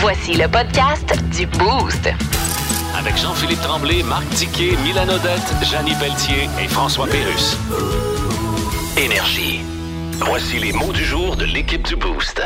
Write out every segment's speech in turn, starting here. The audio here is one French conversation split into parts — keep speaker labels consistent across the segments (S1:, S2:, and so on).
S1: Voici le podcast du Boost.
S2: Avec Jean-Philippe Tremblay, Marc Tiquet, Milan Odette, Janine Pelletier et François Pérus. Énergie. Voici les mots du jour de l'équipe du Boost.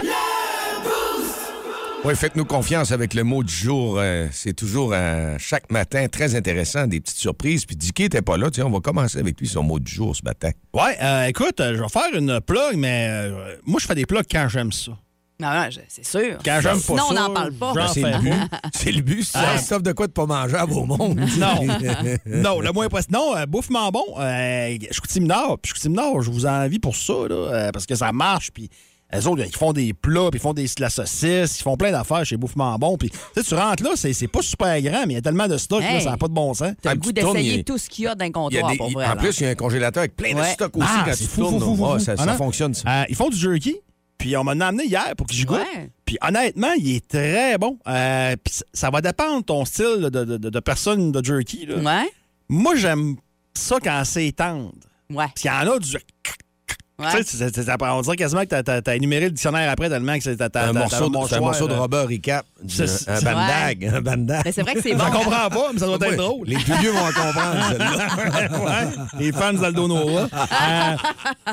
S3: Oui, faites-nous confiance avec le mot du jour. Euh, c'est toujours euh, chaque matin très intéressant, des petites surprises. Puis Dicky n'était pas là. Tiens, on va commencer avec lui son mot du jour ce matin.
S4: Ouais, euh, écoute, euh, je vais faire une plug, mais euh, moi, je fais des plugs quand j'aime ça.
S5: Non, non, je- c'est sûr.
S4: Quand j'aime pas
S5: Sinon,
S4: ça.
S5: on n'en parle pas.
S4: j'en
S3: Ben, C'est
S4: fais
S3: le
S4: pas.
S3: but. C'est le but. Ça sauve de quoi de pas manger à beau monde.
S4: Ah. Non, non, le moins possible. Non, euh, bouffe-moi bon. Euh, je suis mineur, puis je suis mineur, je vous envie pour ça, là, euh, parce que ça marche, puis les autres, ils font des plats, puis ils font des, de la saucisse, ils font plein d'affaires chez Bouffement Bon. Puis, tu sais, tu rentres là, c'est c'est pas super grand, mais il y a tellement de stock, là,
S5: Hey.
S4: ça n'a pas de bon sens.
S5: T'as
S3: Ah,
S5: le
S3: tu
S5: goût
S3: tournes,
S5: d'essayer
S3: il-
S5: tout ce qu'il y a dans le
S3: Il y a
S5: comptoir,
S3: des-
S5: pour
S3: il-
S5: vrai.
S3: en
S5: là.
S3: plus, il y a un congélateur avec plein de
S5: Ouais.
S3: stocks aussi
S4: Ah,
S3: quand
S4: c'est
S3: tu
S4: fou,
S3: tournes.
S4: fou, fou,
S3: Ouais,
S4: fou.
S3: ça,
S4: Ah
S3: ça
S4: non.
S3: fonctionne. ça.
S4: Euh, ils font du jerky, puis on m'en a amené hier pour que je goûte.
S5: Ouais.
S4: Puis honnêtement, il est très bon. Euh, puis ça- ça va dépendre de ton style de, de, de- de personne de jerky. là.
S5: Ouais.
S4: Moi, j'aime ça quand c'est tendre.
S5: Ouais.
S4: Parce qu'il y en a du...
S5: ouais.
S4: Tu sais, c'est- c'est- on dirait quasiment que t'as- t'as t'as énuméré le dictionnaire après tellement que c'est t'as- t'as-
S3: un
S4: t'as-
S3: morceau,
S4: t'as
S3: de, c'est un
S4: mâchoire,
S3: morceau de
S4: là.
S3: Robert Ricap.
S4: C'est- c'est-
S3: Un bandag. Un bandag.
S5: Mais c'est vrai que c'est
S4: Je
S5: bon.
S4: comprends pas, mais ça doit
S3: Ouais,
S4: être drôle.
S3: Les plus vieux vont en comprendre, celle-là.
S4: Ouais, les fans d'Aldo Nora. Euh,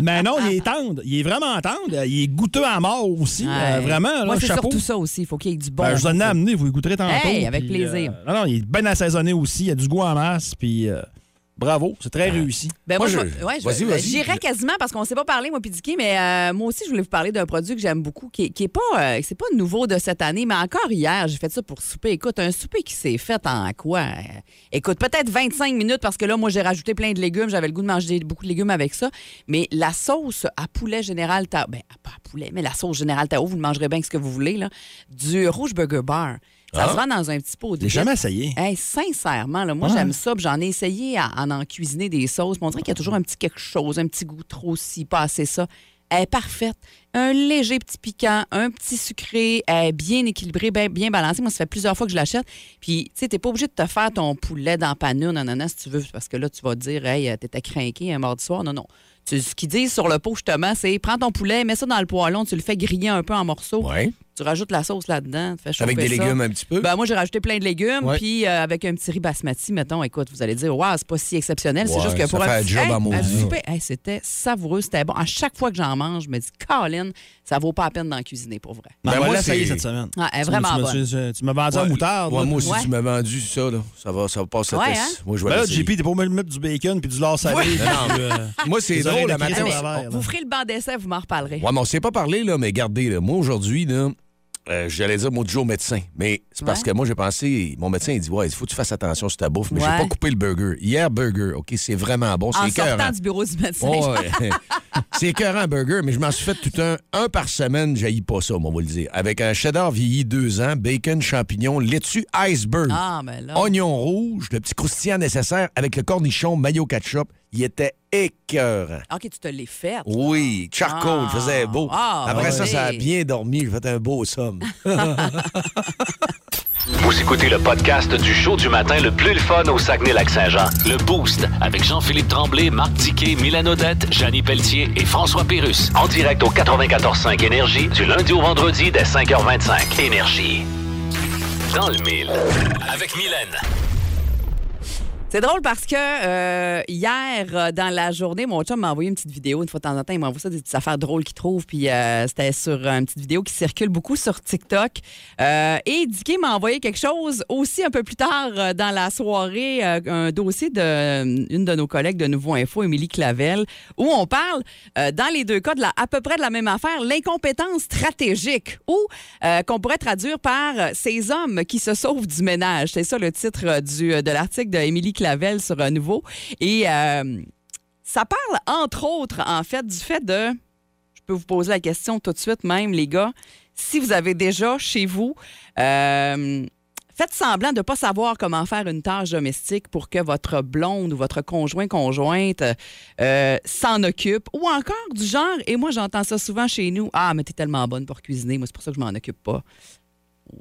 S4: mais non, il est tendre. Il est vraiment tendre. Il est goûteux à mort aussi.
S5: Ouais.
S4: Euh, vraiment, là,
S5: Moi, c'est
S4: chapeau.
S5: surtout ça aussi. Il faut qu'il y ait du bon.
S4: Ben, je vous en ai amené, vous y goûterez tantôt.
S5: Hey, avec
S4: puis,
S5: plaisir.
S4: euh, non, non, il est bien assaisonné aussi. Il y a du goût en masse. Puis euh, bravo, c'est très réussi.
S5: Ben,
S3: Moi,
S5: moi, je,
S3: je-
S5: ouais, je-
S3: vas-y, vas-y.
S5: j'irais quasiment parce qu'on ne s'est pas parlé, moi, puis Dicky, mais euh, moi aussi, je voulais vous parler d'un produit que j'aime beaucoup, qui, est- qui est pas, euh, c'est pas nouveau de cette année, mais encore hier, j'ai fait ça pour souper. Écoute, un souper qui s'est fait en quoi? Euh, écoute, peut-être 25 minutes parce que là, moi, j'ai rajouté plein de légumes. J'avais le goût de manger beaucoup de légumes avec ça. Mais la sauce à poulet général Tao, ben, pas à poulet, mais la sauce générale Tao, vous le mangerez bien que ce que vous voulez, là, du Rouge Burger Bar. Ça
S3: Ah.
S5: se vend dans un petit pot de
S4: J'ai jamais essayé.
S5: Hey, sincèrement, là, moi, j'aime ça. puis J'en ai essayé à, à en cuisiner des sauces. mais on dirait qu'il y a toujours un petit quelque chose, un petit goût trop si pas assez ça. Elle est parfaite. Un léger petit piquant, un petit sucré, elle est bien équilibré, bien, bien balancé. Moi, ça fait plusieurs fois que je l'achète. Puis, tu sais, t'es pas obligé de te faire ton poulet dans panure, non, non, non, si tu veux, parce que là, tu vas te dire, hey, euh, t'étais craqué un mardi soir. Non, non. Tu- ce qu'ils disent sur le pot, justement, c'est prends ton poulet, mets ça dans le poêlon, tu le fais griller un peu en morceaux.
S3: Ouais.
S5: Tu rajoutes la sauce là-dedans, tu fais chauffer
S3: Avec des
S5: ça.
S3: légumes un petit peu.
S5: Ben, moi, j'ai rajouté plein de légumes,
S3: Ouais.
S5: puis euh, avec un petit riz basmati, mettons, écoute, vous allez dire, waouh, c'est pas si exceptionnel.
S3: Ouais,
S5: c'est juste
S3: ça
S5: que pour
S3: fait
S5: un
S3: un job en
S5: un
S3: maudit.
S5: souper, hey, c'était savoureux, c'était bon. À chaque fois que j'en mange, je me dis, Colin, ça vaut pas la peine d'en cuisiner pour vrai.
S4: Non,
S3: Ben,
S4: on va
S3: moi,
S4: l'essayer
S3: c'est-
S4: cette semaine.
S5: Ah, elle est
S4: Tu-
S5: vraiment
S4: tu, m'as-
S5: bonne.
S4: tu- tu m'as vendu un moutarde.
S3: Ouais,
S4: là.
S3: moi aussi,
S5: Ouais.
S3: tu m'as vendu ça, là. Ça va, ça va passer
S5: Ouais,
S3: le test.
S5: hein?
S3: Moi, je vais
S4: Ben là,
S3: l'essayer.
S4: JP, t'es pas obligé de mettre du bacon puis du lard salé. puis, euh,
S5: Ah!
S3: Moi, c'est
S4: Les oreilles
S3: drôle,
S4: de
S3: le
S4: Chris
S3: matin.
S4: au
S5: mais
S4: travers, là.
S5: Vous ferez le banc d'essai, vous m'en reparlerez.
S3: Ouais, mais on s'est pas parlé, là, mais regardez, là, moi, aujourd'hui, là, euh, j'allais dire mot du jour médecin, mais c'est parce
S5: Ouais.
S3: que moi, j'ai pensé, mon médecin, il dit, ouais, il faut que tu fasses attention sur ta bouffe, mais
S5: Ouais.
S3: j'ai pas coupé le burger. Hier, burger, OK, c'est vraiment bon, c'est
S5: en
S3: écœurant.
S5: sortant du bureau du médecin.
S3: Ouais. c'est écœurant, burger, mais je m'en suis fait tout un, un par semaine, j'haïs pas ça, moi, on va le dire. Avec un cheddar vieilli deux ans, bacon, champignons, laitue, iceberg.
S5: Ah, ben là.
S3: Oignon rouge, le petit croustillant nécessaire avec le cornichon, mayo ketchup, il était écœurant.
S5: OK, tu te l'es fait.
S3: Oui, charcoal,
S5: Ah.
S3: il faisait beau.
S5: Ah,
S3: Après
S5: ouais.
S3: ça, ça a bien dormi, j'ai fait un beau somme.
S2: Vous écoutez le podcast du show du matin le plus le fun au Saguenay-Lac-Saint-Jean. Le Boost avec Jean-Philippe Tremblay, Marc Tiquet, Milan Odette, Janine Pelletier et François Pérus. En direct au 94.5 Énergie du lundi au vendredi dès 5h25. Énergie. Dans le mille. Avec Mylène.
S5: C'est drôle parce que euh, hier, euh, dans la journée, mon chum m'a envoyé une petite vidéo. Une fois de temps en temps, il m'envoie ça, des petites affaires drôles qu'il trouve. Puis euh, c'était sur euh, une petite vidéo qui circule beaucoup sur TikTok. Euh, et Dicky m'a envoyé quelque chose aussi un peu plus tard euh, dans la soirée, euh, un dossier d'une de nos collègues de Nouveau Info, Émilie Clavel, où on parle, euh, dans les deux cas, de la, à peu près de la même affaire, l'incompétence stratégique, ou euh, qu'on pourrait traduire par euh, ces hommes qui se sauvent du ménage. C'est ça le titre euh, du, euh, de l'article d'Émilie Clavel sur euh, Nouveau. Et euh, ça parle, entre autres, en fait, du fait de. Je peux vous poser la question tout de suite, même, les gars. Si vous avez déjà chez vous. euh, Faites semblant de ne pas savoir comment faire une tâche domestique pour que votre blonde ou votre conjoint conjointe euh, s'en occupe ou encore du genre et moi j'entends ça souvent chez nous ah mais t'es tellement bonne pour cuisiner moi c'est pour ça que je m'en occupe pas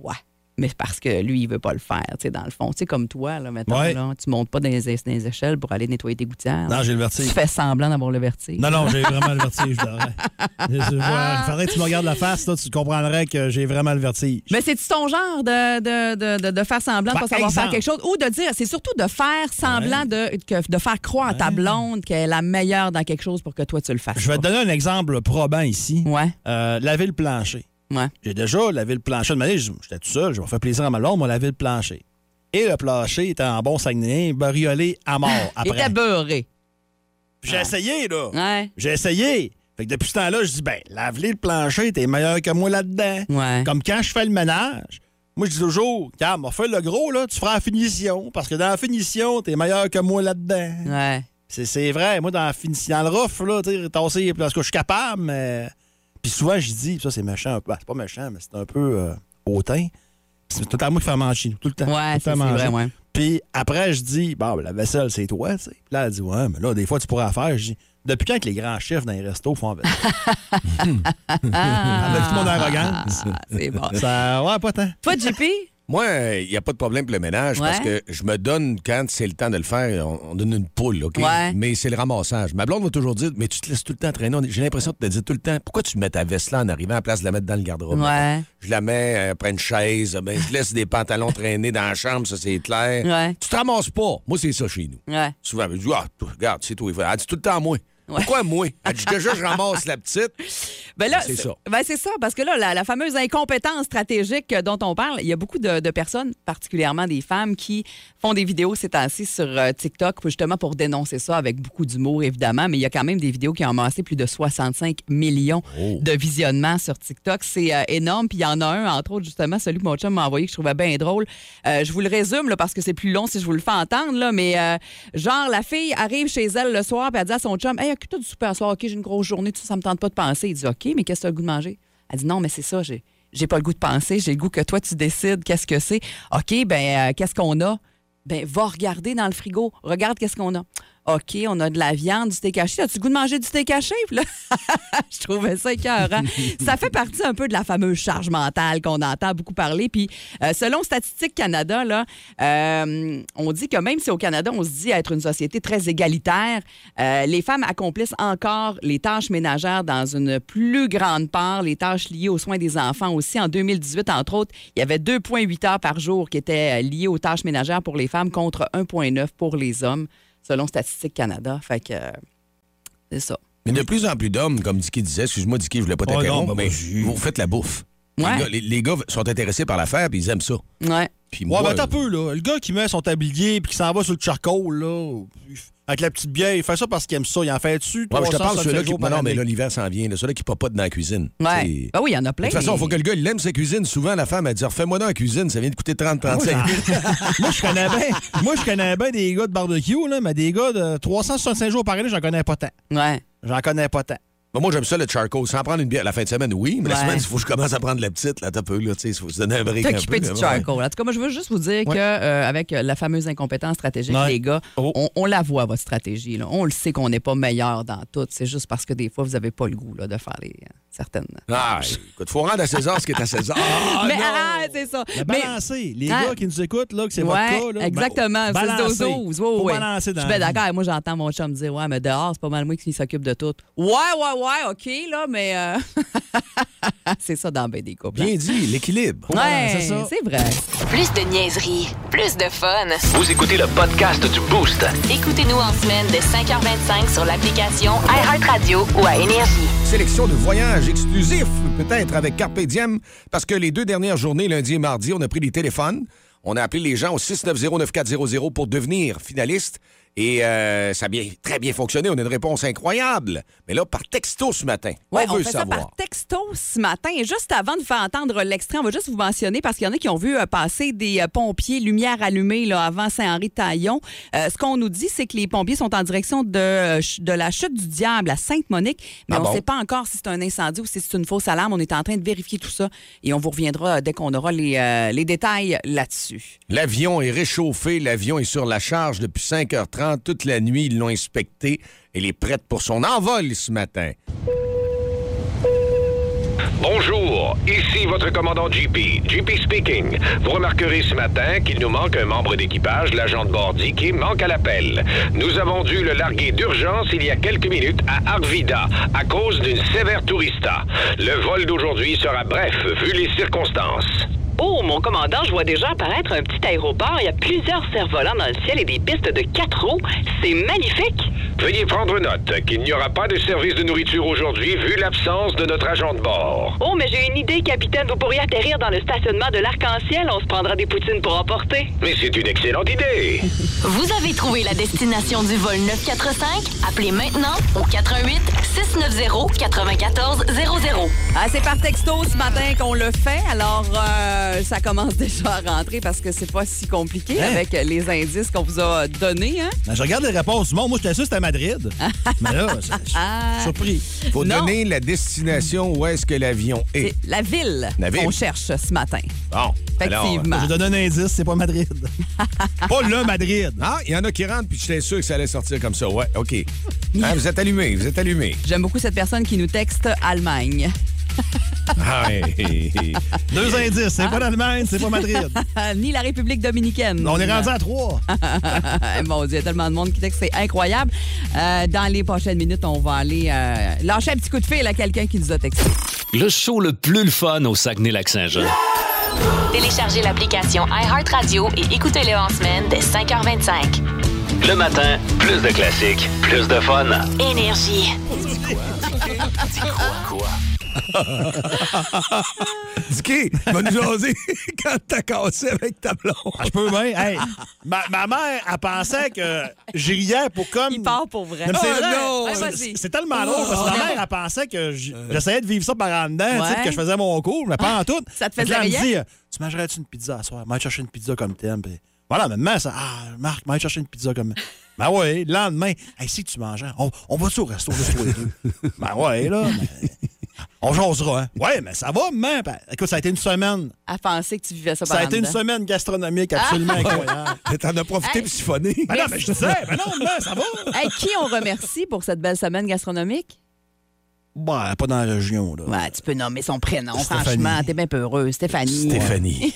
S5: ouais mais parce que lui, il veut pas le faire, tu sais, dans le fond. Tu sais, comme toi, là, mettons,
S4: Ouais.
S5: là, Hein, tu montes pas dans les, dans les échelles pour aller nettoyer tes gouttières.
S4: Non, j'ai le
S5: tu
S4: vertige.
S5: fais semblant d'avoir le vertige.
S4: Non, non, j'ai vraiment le vertige. là, ouais. Je- je vois- Il faudrait que tu me regardes la face, là, tu comprendrais que j'ai vraiment le vertige.
S5: Mais c'est-tu ton genre de, de, de, de- de faire semblant de
S4: Par
S5: pas savoir
S4: exemple.
S5: faire quelque chose? Ou de dire, c'est surtout de faire semblant de, que- de faire croire à ta blonde qu'elle est la meilleure dans quelque chose pour que toi, tu le fasses.
S4: Je vais te
S5: pas.
S4: donner un exemple probant ici.
S5: Ouais,
S4: Euh, laver le plancher.
S5: ouais.
S4: J'ai déjà lavé le plancher de ma vie. J'étais tout seul, je vais faire plaisir à ma blonde, moi, laver le plancher. Et le plancher était en bon saguenay, bariolé à mort
S5: Il était
S4: après.
S5: beurré.
S4: J'ai essayé, là.
S5: Ouais.
S4: J'ai essayé. Fait que depuis ce temps-là, je dis, ben, lave le plancher, t'es meilleur que moi là-dedans.
S5: Ouais.
S4: Comme quand je fais le ménage, moi, je dis toujours, regarde, on fait le gros, là, tu feras la finition. Parce que dans la finition, t'es meilleur que moi là-dedans.
S5: Ouais.
S4: C'est- C'est vrai. Moi, dans, la finition- dans le rough, là, tu sais, tasser, parce que je suis capable, mais. Puis souvent, je dis, ça, c'est méchant un peu. Ben, c'est pas méchant, mais c'est un peu euh, hautain. C'est tout le temps moi qui fais manger, tout le temps.
S5: Ouais,
S4: Tout
S5: c'est
S4: le temps
S5: c'est
S4: manger.
S5: vrai, ouais.
S4: Puis après, je dis, bon, ben, la vaisselle, c'est toi, tu sais. Puis là, elle dit, ouais, mais là, des fois, tu pourras la faire. Je dis, depuis quand que les grands chefs dans les restos font la vaisselle? Avec toute mon arrogance.
S5: Ah, c'est bon.
S4: Ça, ouais, pas tant.
S5: Toi, JP?
S3: Moi, il n'y a pas de problème pour le ménage
S5: Ouais.
S3: parce que je me donne, quand c'est le temps de le faire, on, on donne une poule, OK?
S5: Ouais.
S3: Mais c'est le ramassage. Ma blonde va toujours dire, mais tu te laisses tout le temps traîner. On est- J'ai l'impression de te dire tout le temps, pourquoi tu mets ta veste là en arrivant à la place de la mettre dans le garde-robe?
S5: Ouais.
S3: Je la mets euh, après une chaise, ben, je laisse des pantalons traîner dans la chambre, ça c'est clair.
S5: Ouais.
S3: Tu te ramasses pas. Moi, c'est ça chez nous.
S5: Ouais.
S3: Souvent, elle me dit, ah, toi, regarde, c'est toi. Elle dit tout le temps, moi. Pourquoi moi? Elle dit, déjà, je ramasse la petite.
S5: Ben là,
S3: C'est ça.
S5: Ben c'est ça, parce que là, la, la fameuse incompétence stratégique dont on parle, il y a beaucoup de, de personnes, particulièrement des femmes, qui font des vidéos ces temps-ci sur euh, TikTok, justement pour dénoncer ça avec beaucoup d'humour, évidemment, mais il y a quand même des vidéos qui ont amassé plus de 65 millions
S3: Oh.
S5: de visionnements sur TikTok. C'est euh, énorme, puis il y en a un, entre autres, justement, celui que mon chum m'a envoyé, que je trouvais bien drôle. Euh, je vous le résume, là, parce que c'est plus long si je vous le fais entendre, là, mais euh, genre, la fille arrive chez elle le soir, puis elle dit à son chum Hey, occupe-toi du souper à soir, OK, j'ai une grosse journée, tout ça, ça me tente pas de penser. Il dit OK, mais qu'est-ce que tu as le goût de manger Elle dit Non, mais c'est ça, j'ai, j'ai pas le goût de penser, j'ai le goût que toi, tu décides qu'est-ce que c'est. OK, ben, euh, qu'est-ce qu'on a Ben, va regarder dans le frigo, regarde qu'est-ce qu'on a. OK, on a de la viande, du steak haché. As-tu le goût de manger du steak haché? Puis là, je trouvais ça écœurant. ça fait partie un peu de la fameuse charge mentale qu'on entend beaucoup parler. Puis euh, selon Statistique Canada, là, euh, on dit que même si au Canada, on se dit être une société très égalitaire, euh, les femmes accomplissent encore les tâches ménagères dans une plus grande part, les tâches liées aux soins des enfants aussi. En 2018, entre autres, il y avait 2,8 heures par jour qui étaient euh, liées aux tâches ménagères pour les femmes contre 1,9 pour les hommes, selon Statistique Canada. Fait que euh, c'est ça.
S3: Mais de plus en plus d'hommes, comme Dicky disait, excuse-moi Dicky, je voulais pas
S4: Oh non, bah,
S3: t'interrompre, mais
S4: bah, je-
S3: vous faites la bouffe.
S5: Ouais.
S3: Les, gars, les- les gars sont intéressés par l'affaire puis ils aiment ça.
S5: Ouais.
S3: Puis
S4: Ouais,
S3: moi,
S4: ben, t'as peu, là. Le gars qui met son tablier puis qui s'en va sur le charcoal, là, avec la petite bière, il fait ça parce qu'il aime ça. Il en fait dessus.
S3: Ouais, mais je te
S4: 300,
S3: parle de
S4: 65
S3: ceux-là qui.
S4: jours
S3: Non,
S4: par
S3: non, mais
S4: année.
S3: là, l'hiver s'en vient. là. Ceux-là qui papotent dans la cuisine.
S5: Ouais.
S3: C'est-
S5: Ben oui, il y en a plein.
S3: De toute façon, il
S5: mais-
S3: faut que le gars il aime sa cuisine. Souvent, la femme, elle dit Fais-moi dans la cuisine, ça vient de coûter 30-35 000.
S4: Moi, je connais bien, Eh, moi, je connais bien des gars de barbecue, là, mais des gars de 365 jours par année, j'en connais pas tant.
S5: Ouais.
S4: J'en connais pas tant.
S3: Mais moi, j'aime ça, le charcoal. Sans prendre une bière la fin de semaine, oui, mais la
S5: Ouais.
S3: semaine, il faut que je commence à prendre la petite. Là, t'as peu, là, tu sais, il faut se donner un break. un
S5: T'occuper
S3: peu,
S5: du
S3: là, ouais.
S5: charcoal. En tout cas, moi, je veux juste vous dire que euh, avec euh, la fameuse incompétence stratégique,
S4: Ouais.
S5: les gars,
S4: Oh.
S5: on, on la voit, votre stratégie. là. On le sait qu'on n'est pas meilleur dans tout. C'est juste parce que des fois, vous n'avez pas le goût là, de faire les, euh, certaines.
S3: Ah, écoute, faut rendre à César ce qui est à César. Ah,
S5: Mais
S3: non!
S5: ah, c'est ça.
S4: Mais
S5: Mais-
S4: balancer. Les
S5: Ah.
S4: gars qui nous écoutent, là, que c'est
S5: Ouais,
S4: votre cas, là.
S5: exactement.
S4: ben,
S5: C'est
S4: balancer.
S5: 12
S4: Faut
S5: ouais.
S4: balancer dans
S5: Je suis
S4: la
S5: bien
S4: vie.
S5: d'accord. Moi, j'entends mon chum dire Ouais, mais dehors, c'est pas mal moi qui s'occupe de tout. Ouais, ouais, ouais, OK, là, mais. euh, c'est ça dans ben des couples.
S3: Bien dit, l'équilibre.
S5: Ouais,
S4: c'est ça.
S5: c'est vrai.
S1: Plus de niaiserie, plus de fun.
S2: Vous écoutez le podcast du Boost.
S1: Écoutez-nous en semaine de 5h25 sur l'application iHeartRadio ou à Énergie.
S3: Sélection de voyages exclusifs, peut-être avec Carpe Diem, parce que les deux dernières journées, lundi et mardi, on a pris les téléphones. On a appelé les gens au 690-9400 pour devenir finaliste. Et euh, ça a bien, très bien fonctionné. On a une réponse incroyable. Mais là, par texto ce matin.
S5: Ouais,
S3: on veut
S5: fait ça
S3: savoir.
S5: par texto ce matin. Et juste avant de vous faire entendre l'extrait, on va juste vous mentionner parce qu'il y en a qui ont vu euh, passer des euh, pompiers lumière allumée là, avant Saint-Henri-Taillon. Euh, ce qu'on nous dit, c'est que les pompiers sont en direction de, euh, ch- de la chute du diable à Sainte-Monique, mais
S3: Ah
S5: on ne
S3: bon?
S5: sait pas encore si c'est un incendie ou si c'est une fausse alarme. On est en train de vérifier tout ça et on vous reviendra euh, dès qu'on aura les, euh, les détails là-dessus.
S3: L'avion est réchauffé, l'avion est sur la charge depuis 5h30. Toute la nuit, ils l'ont inspecté. Il est prêt pour son envol ce matin.
S6: Bonjour, ici votre commandant JP. JP speaking. Vous remarquerez ce matin qu'il nous manque un membre d'équipage, l'agent de bord qui manque à l'appel. Nous avons dû le larguer d'urgence il y a quelques minutes à Arvida à cause d'une sévère tourista. Le vol d'aujourd'hui sera bref vu les circonstances.
S7: Oh, mon commandant, je vois déjà apparaître un petit aéroport. Il y a plusieurs cerfs-volants dans le ciel et des pistes de quatre roues. C'est magnifique.
S6: Veuillez prendre note qu'il n'y aura pas de service de nourriture aujourd'hui vu l'absence de notre agent de bord.
S7: Oh, mais j'ai une idée, capitaine. Vous pourriez atterrir dans le stationnement de l'Arc-en-Ciel. On se prendra des poutines pour emporter.
S6: Mais c'est une excellente idée.
S1: Vous avez trouvé la destination du vol 945? Appelez maintenant au 88 690 9400.
S5: Ah, c'est par texto ce matin qu'on le fait, alors euh, ça commence déjà à rentrer parce que c'est pas si compliqué
S4: Hein?
S5: avec les indices qu'on vous a donnés. Hein?
S4: Ben, je regarde les réponses du monde. Moi, j'étais sûr que c'était à Madrid. Mais là, je- je- je suis surpris.
S3: Faut
S5: Ah. Non.
S3: donner la destination où est-ce que l'avion est.
S5: C'est la ville
S3: La ville.
S5: qu'on cherche ce matin.
S3: Bon,
S5: Effectivement.
S4: Je donne un indice, c'est pas Madrid. pas le Madrid.
S3: Alors, ah, il y en a qui rentrent, puis j'étais sûr que ça allait sortir comme ça. Ouais, OK. Hein, vous êtes allumés, vous êtes allumés.
S5: J'aime beaucoup cette personne qui nous texte Allemagne.
S3: Ah, hey, hey, hey.
S4: Deux indices,
S5: Ah.
S4: c'est pas l'Allemagne, c'est pas Madrid.
S5: Ni la République dominicaine.
S4: On est rendu à trois.
S5: Ah, Mon Dieu, il y a tellement de monde qui texte, c'est incroyable. Euh, dans les prochaines minutes, on va aller euh, lâcher un petit coup de fil à quelqu'un qui nous a texté.
S2: Le show le plus le fun au Saguenay-Lac-Saint-Jean.
S1: Téléchargez l'application iHeartRadio et écoutez-le en semaine dès 5h25.
S2: Le matin, plus de classiques, plus de fun.
S1: Énergie.
S3: Dicky, va nous jaser quand t'as cassé avec ta blonde.
S4: Ah, Je peux bien. Hey, ma, ma mère, elle pensait que je riais pour comme.
S5: Il part pour vrai.
S4: Non, mais c'est
S5: Oh,
S4: vrai.
S5: non! Ouais,
S4: C'est-
S5: vas-y. Oh,
S4: C'est tellement drôle parce que ma mère, elle pensait que j-
S3: Euh.
S4: j'essayais de vivre ça par en dedans, tu sais,
S5: Ouais.
S4: que je faisais mon cours, mais pas en tout.
S5: ça te
S4: Fait que
S5: faisait
S4: là, elle me
S5: rien?
S4: dit, euh, Tu mangerais-tu une pizza Ah, à soir? Va chercher une pizza comme t'aimes. Puis Voilà, mais maman, ça. Ah, Marc, va chercher une pizza comme. Ben ouais, le lendemain, hey, si tu manges, hein, on, on va-tu au resto juste tous les deux? ben ouais, là. ben, on jasera, hein? Ouais, mais ça va, maman. Ben, écoute, ça a été une semaine.
S5: À penser que tu vivais ça par
S4: Ça a
S5: en
S4: été une
S5: dedans.
S4: semaine gastronomique absolument incroyable.
S3: T'en as profité pour siphonner.
S4: Ben non, mais je disais, ben non, maman, ça va.
S5: Hey, qui on remercie pour cette belle semaine gastronomique?
S4: Ben, pas dans la région, là.
S5: Ouais, tu peux nommer son prénom,
S4: Stéphanie.
S5: franchement. T'es bien peureux. Stéphanie.
S3: Stéphanie.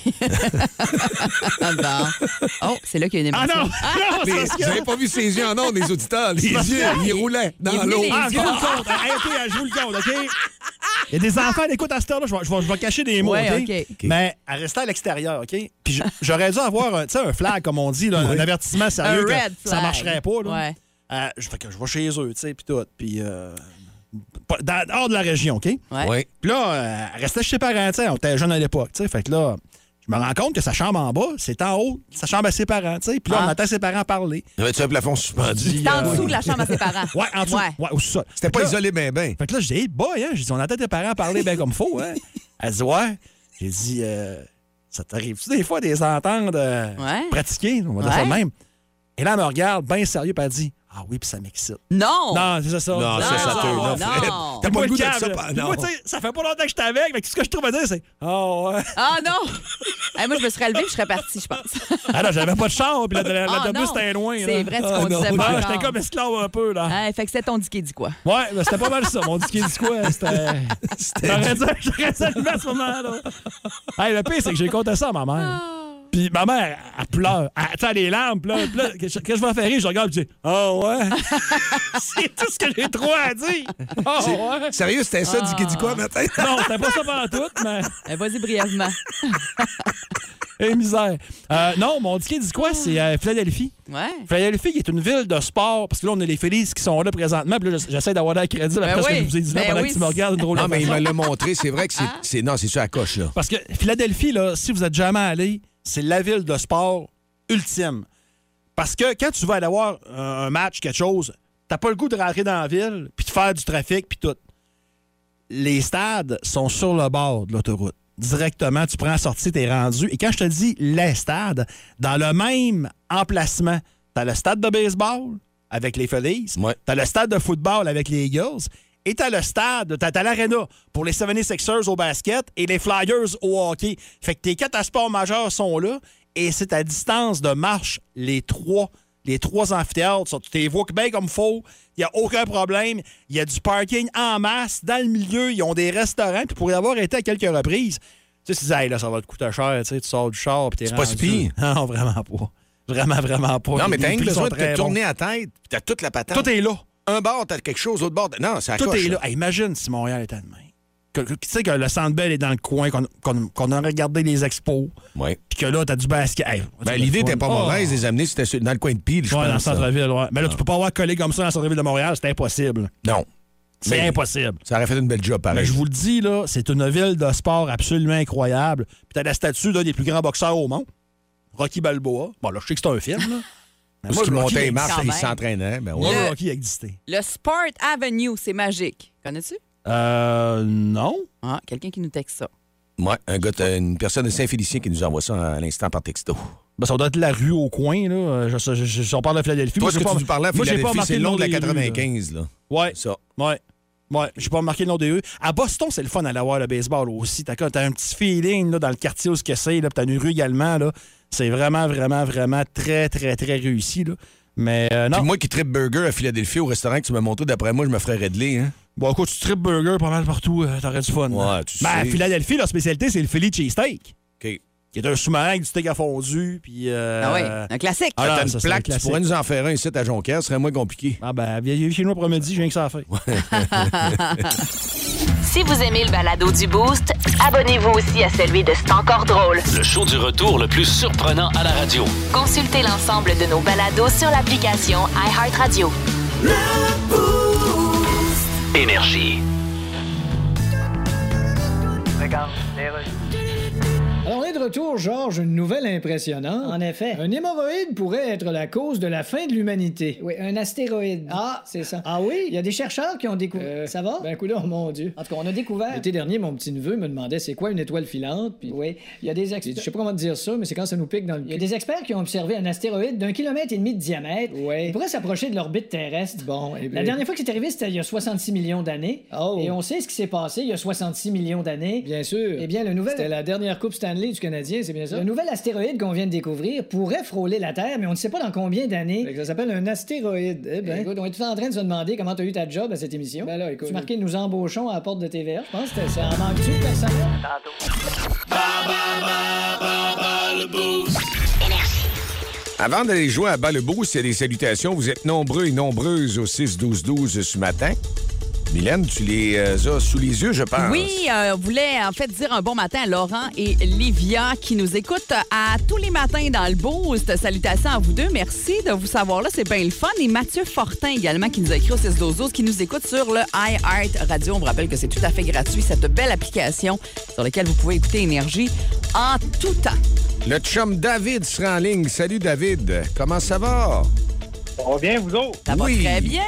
S5: Ah, bon. Oh, c'est là qu'il y a une
S4: Ah
S5: émotion.
S4: non! non c'est
S3: Mais
S4: parce que-
S3: Vous avez pas vu ses yeux en ondes, les auditeurs. Les yeux, ils roulaient
S5: il est
S3: dans
S5: venu
S3: l'eau.
S5: les-
S4: Ah, je vous le compte. Hey, OK, je vous le compte, OK? Il y a des enfants, écoute, à cette heure-là, je vais, je vais- je vais cacher des mots,
S5: Ouais,
S4: OK?
S5: OK. OK.
S4: Mais à rester à l'extérieur, OK? Puis je- j'aurais dû avoir un, tu sais, un flag, comme on dit, là, un avertissement
S5: Un
S4: sérieux que
S5: red
S4: ça
S5: flag.
S4: marcherait pas, là.
S5: Ouais.
S4: Euh, je, fait que je vais chez eux, tu sais, puis tout. Puis euh, pas- dans- hors de la région, OK?
S5: Ouais.
S3: Oui.
S4: Puis là, euh, restait chez ses parents, tu sais, on était jeunes à l'époque, tu sais. Fait que là, je me rends compte que sa chambre en bas, c'est en haut, sa chambre à ses parents, tu sais. Puis là, on
S5: Ah.
S4: entend ses parents parler. Euh,
S3: Il y avait un plafond suspendu.
S5: C'était en dessous de la chambre à ses parents.
S4: Ouais, en dessous. Ouais, au sol.
S3: C'était pas isolé, ben ben.
S4: Fait que là, j'ai dit, hey boy, hein? j'ai dit, on entend tes parents parler bien comme faux. Hein? Elle dit, ouais. J'ai dit, euh, ça t'arrive-tu des fois de les entendre euh,
S5: Ouais.
S4: pratiquer? On va dire ça
S5: Ouais.
S4: de même. Et là, elle me regarde bien sérieux, puis elle dit, ah oui, puis ça m'excite.
S5: Non!
S4: Non, c'est ça.
S3: Non, Ah, ça, ça te... Non,
S5: Oh. non,
S3: Fred.
S5: non.
S3: T'as pas le goût
S4: câble,
S3: d'être ça.
S4: là.
S3: pas-
S4: Puis
S3: Non.
S4: Moi, tu sais, ça fait pas longtemps que j'étais avec, mais tout ce que je trouve à dire, c'est, oh ouais.
S5: Ah non! Hey, moi, je me serais levée, je serais partie, je pense.
S4: Ah non, j'avais pas de char, puis la- la-
S5: Ah,
S4: l'autobus
S5: non.
S4: était loin. là.
S5: C'est vrai, ce
S4: Ah,
S5: qu'on
S4: non.
S5: disait pas
S4: Ah,
S5: encore.
S4: J'étais comme esclave un peu, là.
S5: Ah, fait que c'est ton dit qui dit quoi?
S4: Ouais, mais c'était pas mal ça. Mon disque dit quoi? C'était. J'aurais dû j'aurais dû allumer à ce moment-là. Hey, le pire, c'est que j'ai compté ça à ma mère.
S5: Ah.
S4: Puis ma mère, elle pleure. Elle, tu sais, elle a les larmes, puis là, puis là, qu'est-ce que je vais faire rire? Je regarde, puis je dis, oh ouais. c'est tout ce que j'ai trop à dire. Oh ouais.
S3: Sérieux, c'était ça, Dicky dit quoi, matin?
S4: Non, c'était pas ça pendant tout, mais.
S5: Eh, Vas-y brièvement.
S4: Eh, misère. Euh, non, mon disque dit quoi? C'est euh, Philadelphie.
S5: Ouais.
S4: Philadelphie qui est une ville de sport, parce que là, on a les Félix qui sont là présentement, puis là, j'essaie d'avoir l'air crédible
S5: Ben
S4: après ce que
S5: oui.
S4: je vous ai dit là
S5: Ben
S4: pendant
S5: oui.
S4: que tu me regardes une drôle de
S3: Non, Ah. mais il
S4: façon.
S3: me l'a montré. C'est vrai que c'est- c'est... Non, c'est sur la coche, là.
S4: Parce que Philadelphie, là, si vous êtes jamais allé, c'est la ville de sport ultime. Parce que quand tu vas aller voir un un match, quelque chose, t'as pas le goût de rentrer dans la ville, puis de faire du trafic, puis tout. Les stades sont sur le bord de l'autoroute. Directement, tu prends la sortie, t'es rendu. Et quand je te dis les stades, dans le même emplacement, t'as le stade de baseball avec les Phillies,
S3: Ouais.
S4: t'as le stade de football avec les Eagles, et t'as le stade, t'as, t'as l'aréna pour les 76ers au basket et les Flyers au hockey. Fait que tes quatre sports majeurs sont là, et c'est à distance de marche les trois Les trois amphithéâtres sont tes voies bien comme faux. Il n'y a aucun problème. Il y a du parking en masse. Dans le milieu, ils ont des restaurants. Puis pour y avoir été à quelques reprises, tu sais, tu dis, Hey, là, ça va te coûter cher. Tu sais, tu sors du char. puis t'es
S3: C'est pas
S4: rendu.
S3: si pire.
S4: Non, vraiment pas. Vraiment, vraiment pas.
S3: Non, mais
S4: Les
S3: t'as
S4: prix
S3: rien que besoin
S4: sont
S3: de
S4: très
S3: te
S4: bons.
S3: tourner à tête, puis t'as toute la patate.
S4: Tout est là.
S3: Un bord, t'as quelque chose, l'autre bord. t'as- Non, ça
S4: Tout
S3: coche,
S4: est là. Hey, imagine si Montréal était demain. Que- que- Tu sais que le Centre Bell est dans le coin, qu'on qu'on- qu'on a regardé les expos,
S3: Ouais.
S4: puis que là, t'as du basket. Hey,
S3: Ben,
S4: c'est
S3: l'idée
S4: le fun.
S3: n'était pas
S4: Oh.
S3: mauvaise, les Ah. amener, c'était sur- dans le coin de pile, je
S4: Ouais, dans le
S3: pense. ça.
S4: centre-ville, ouais. Mais là, tu peux pas avoir collé comme ça dans le centre-ville de Montréal, c'est impossible.
S3: Non.
S4: C'est
S3: Mais- Ben
S4: impossible.
S3: Ça aurait fait une belle job,
S4: Mais
S3: pareil.
S4: je vous le dis, là, c'est une ville de sport absolument incroyable. Puis t'as la statue d'un des plus grands boxeurs au monde, Rocky Balboa. Bon, là, je sais que c'est un film, là. Mais
S3: Parce
S4: moi,
S3: qu'il
S4: le Rocky
S3: montait les
S4: existe.
S3: marches,
S5: quand
S3: il
S5: même.
S3: s'entraînait. Ben, ouais.
S4: Moi,
S5: Le-
S4: le Rocky existait.
S5: Le Sport Avenue, c'est magique. Connais-tu?
S4: Euh, non.
S5: Ah, quelqu'un qui nous texte ça.
S3: Ouais, un gars, t'as une personne de Saint-Félicien qui nous envoie ça à l'instant par texto.
S4: Ben, ça doit être la rue au coin, là. Euh, Je, je- je- je- on parle de Philadelphie.
S3: Toi,
S4: Moi,
S3: ce
S4: j'ai
S3: que
S4: pas-
S3: tu nous parlais à
S4: moi, j'ai pas
S3: Philadelphie,
S4: remarqué
S3: c'est le nom de la
S4: des rues, là.
S3: 95, là.
S4: Ouais.
S3: Ça.
S4: Ouais. Ouais, j'ai pas remarqué le nom des rues. À Boston, c'est le fun d'aller voir le baseball aussi. T'as t'as un petit feeling là, dans le quartier où ce que c'est, là, puis t'as une rue également. là. C'est vraiment, vraiment, vraiment très, très, très réussi. Là. Mais euh, non.
S3: Puis moi qui trip burger à Philadelphie au restaurant que tu m'as montré, d'après moi, je me ferais redler. Hein?
S4: Bon, écoute, tu trip burger pas mal partout, euh, t'aurais du fun. là.
S3: Ouais, tu
S4: Ben, à
S3: sais.
S4: Philadelphie, leur spécialité, c'est le Philly Cheesesteak,
S3: OK.
S4: qui est un sous-marin avec du steak à fondu. Puis, euh,
S5: Ah oui, un classique.
S4: Ah,
S3: T'as
S4: non,
S3: une
S4: ça, c'est un
S3: plaque, tu
S4: classique.
S3: pourrais nous en faire un ici à Jonquière, ce serait moins compliqué.
S4: Ah ben, viens chez nous après-midi, je viens que ça a fait.
S1: Si vous aimez le balado du Boost, abonnez-vous aussi à celui de C'est encore drôle.
S2: Le show du retour le plus surprenant à la radio.
S1: Consultez l'ensemble de nos balados sur l'application iHeartRadio.
S2: Énergie.
S8: Alors, on est de retour, Georges, une nouvelle impressionnante. En effet. Un hémorroïde pourrait être la cause de la fin de l'humanité. Oui, un astéroïde. Ah, c'est ça. Ah oui? Il y a des chercheurs qui ont découvert. ça va? Ben, coudonc, mon Dieu. En tout cas, on a découvert. L'été dernier, mon petit-neveu me demandait c'est quoi une étoile filante. Puis... Oui, il y a des experts. Je sais pas comment te dire ça, mais c'est quand ça nous pique dans le Il y a des experts qui ont observé un astéroïde d'un kilomètre et demi de diamètre. Oui. Il pourrait s'approcher de l'orbite terrestre. Bon, eh La dernière fois que c'est arrivé, c'était il y a 66 millions d'années. Et on sait ce qui s'est passé il y a 66 millions d'années. Bien sûr. Eh bien, le nouvel. C'était la dernière Coupe Stanley du Canadien, c'est bien ça? Le nouvel astéroïde qu'on vient de découvrir pourrait frôler la Terre, mais on ne sait pas dans combien d'années. Ça s'appelle un astéroïde. Eh ben. Écoute, on est tout en train de se demander comment tu as eu ta job à cette émission. Ben là, écoute. Tu marquais nous embauchons à la porte de TVA. Je pense que c'était ça. En manque-tu de personnel?
S3: Avant d'aller jouer à bas le beau, c'est des salutations. Vous êtes nombreux et nombreuses au 6-12-12 ce matin. Mylène, tu les euh, as sous les yeux, je pense.
S5: Oui, euh, on voulait en fait dire un bon matin à Laurent et Livia qui nous écoutent à tous les matins dans le Boost. Salutations à vous deux. Merci de vous savoir là. C'est bien le fun. Et Mathieu Fortin également qui nous a écrit au 6 12 12, qui nous écoute sur le iHeart Radio. On vous rappelle que c'est tout à fait gratuit, cette belle application sur laquelle vous pouvez écouter Énergie en tout temps.
S3: Le chum David sera en ligne. Salut, David. Comment ça va?
S5: Ça va
S3: Oui.
S5: très bien.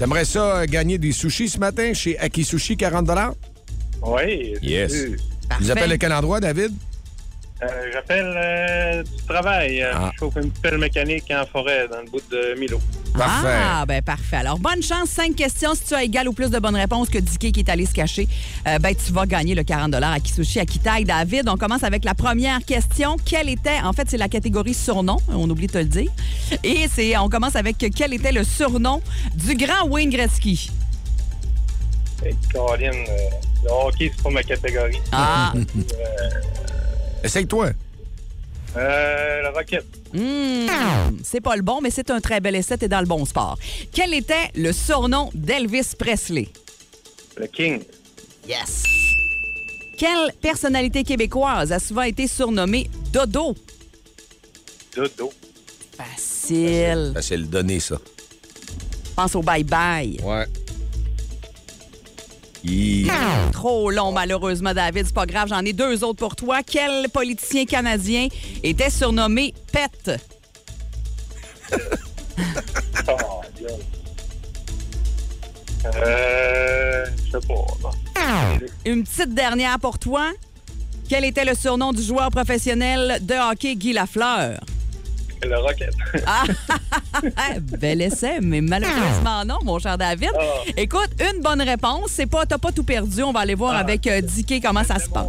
S3: T'aimerais ça euh, gagner des sushis ce matin chez Akisushi 40
S9: Oui.
S3: Yes.
S9: Euh,
S3: Tu nous
S5: Parfait.
S3: appelles à quel endroit, David?
S9: euh, J'appelle euh, du travail. Euh,
S3: Ah.
S9: Je chauffe une pelle mécanique en forêt dans le bout de Milo.
S3: Parfait.
S5: Ah, ben parfait. Alors, bonne chance. Cinq questions. Si tu as égal ou plus de bonnes réponses que Dicky qui est allé se cacher, euh, ben tu vas gagner le 40 à Kisushi, à Kitaï. David, on commence avec la première question. Quelle était, en fait, c'est la catégorie surnom. On oublie de te le dire. Et c'est, on commence avec quel était le surnom du grand Wayne Gretzky?
S9: Et Caroline, euh, le hockey, c'est pas ma catégorie.
S5: Ah,
S3: Essaye-toi.
S9: Euh, la raquette.
S5: hmm, c'est pas le bon, mais c'est un très bel essai. T'es dans le bon sport. Quel était le surnom d'Elvis Presley?
S9: Le King.
S5: Yes. Quelle personnalité québécoise a souvent été surnommée Dodo?
S9: Dodo.
S5: Facile.
S3: Ben, c'est le donné, ça.
S5: Pense au bye-bye.
S3: Ouais. Hi.
S5: Ah! Trop long, malheureusement, David. C'est pas grave, j'en ai deux autres pour toi. Quel politicien canadien était surnommé Pet?
S9: Oh, bien. Euh, je sais pas.
S5: Une petite dernière pour toi. Quel était le surnom du joueur professionnel de hockey Guy Lafleur?
S9: le Rocket.
S5: Ah, Eh, bel essai, mais malheureusement non, mon cher David.
S9: Ah.
S5: Écoute, une bonne réponse. C'est pas, t'as pas tout perdu. On va aller voir avec euh, Dicky comment ça se passe.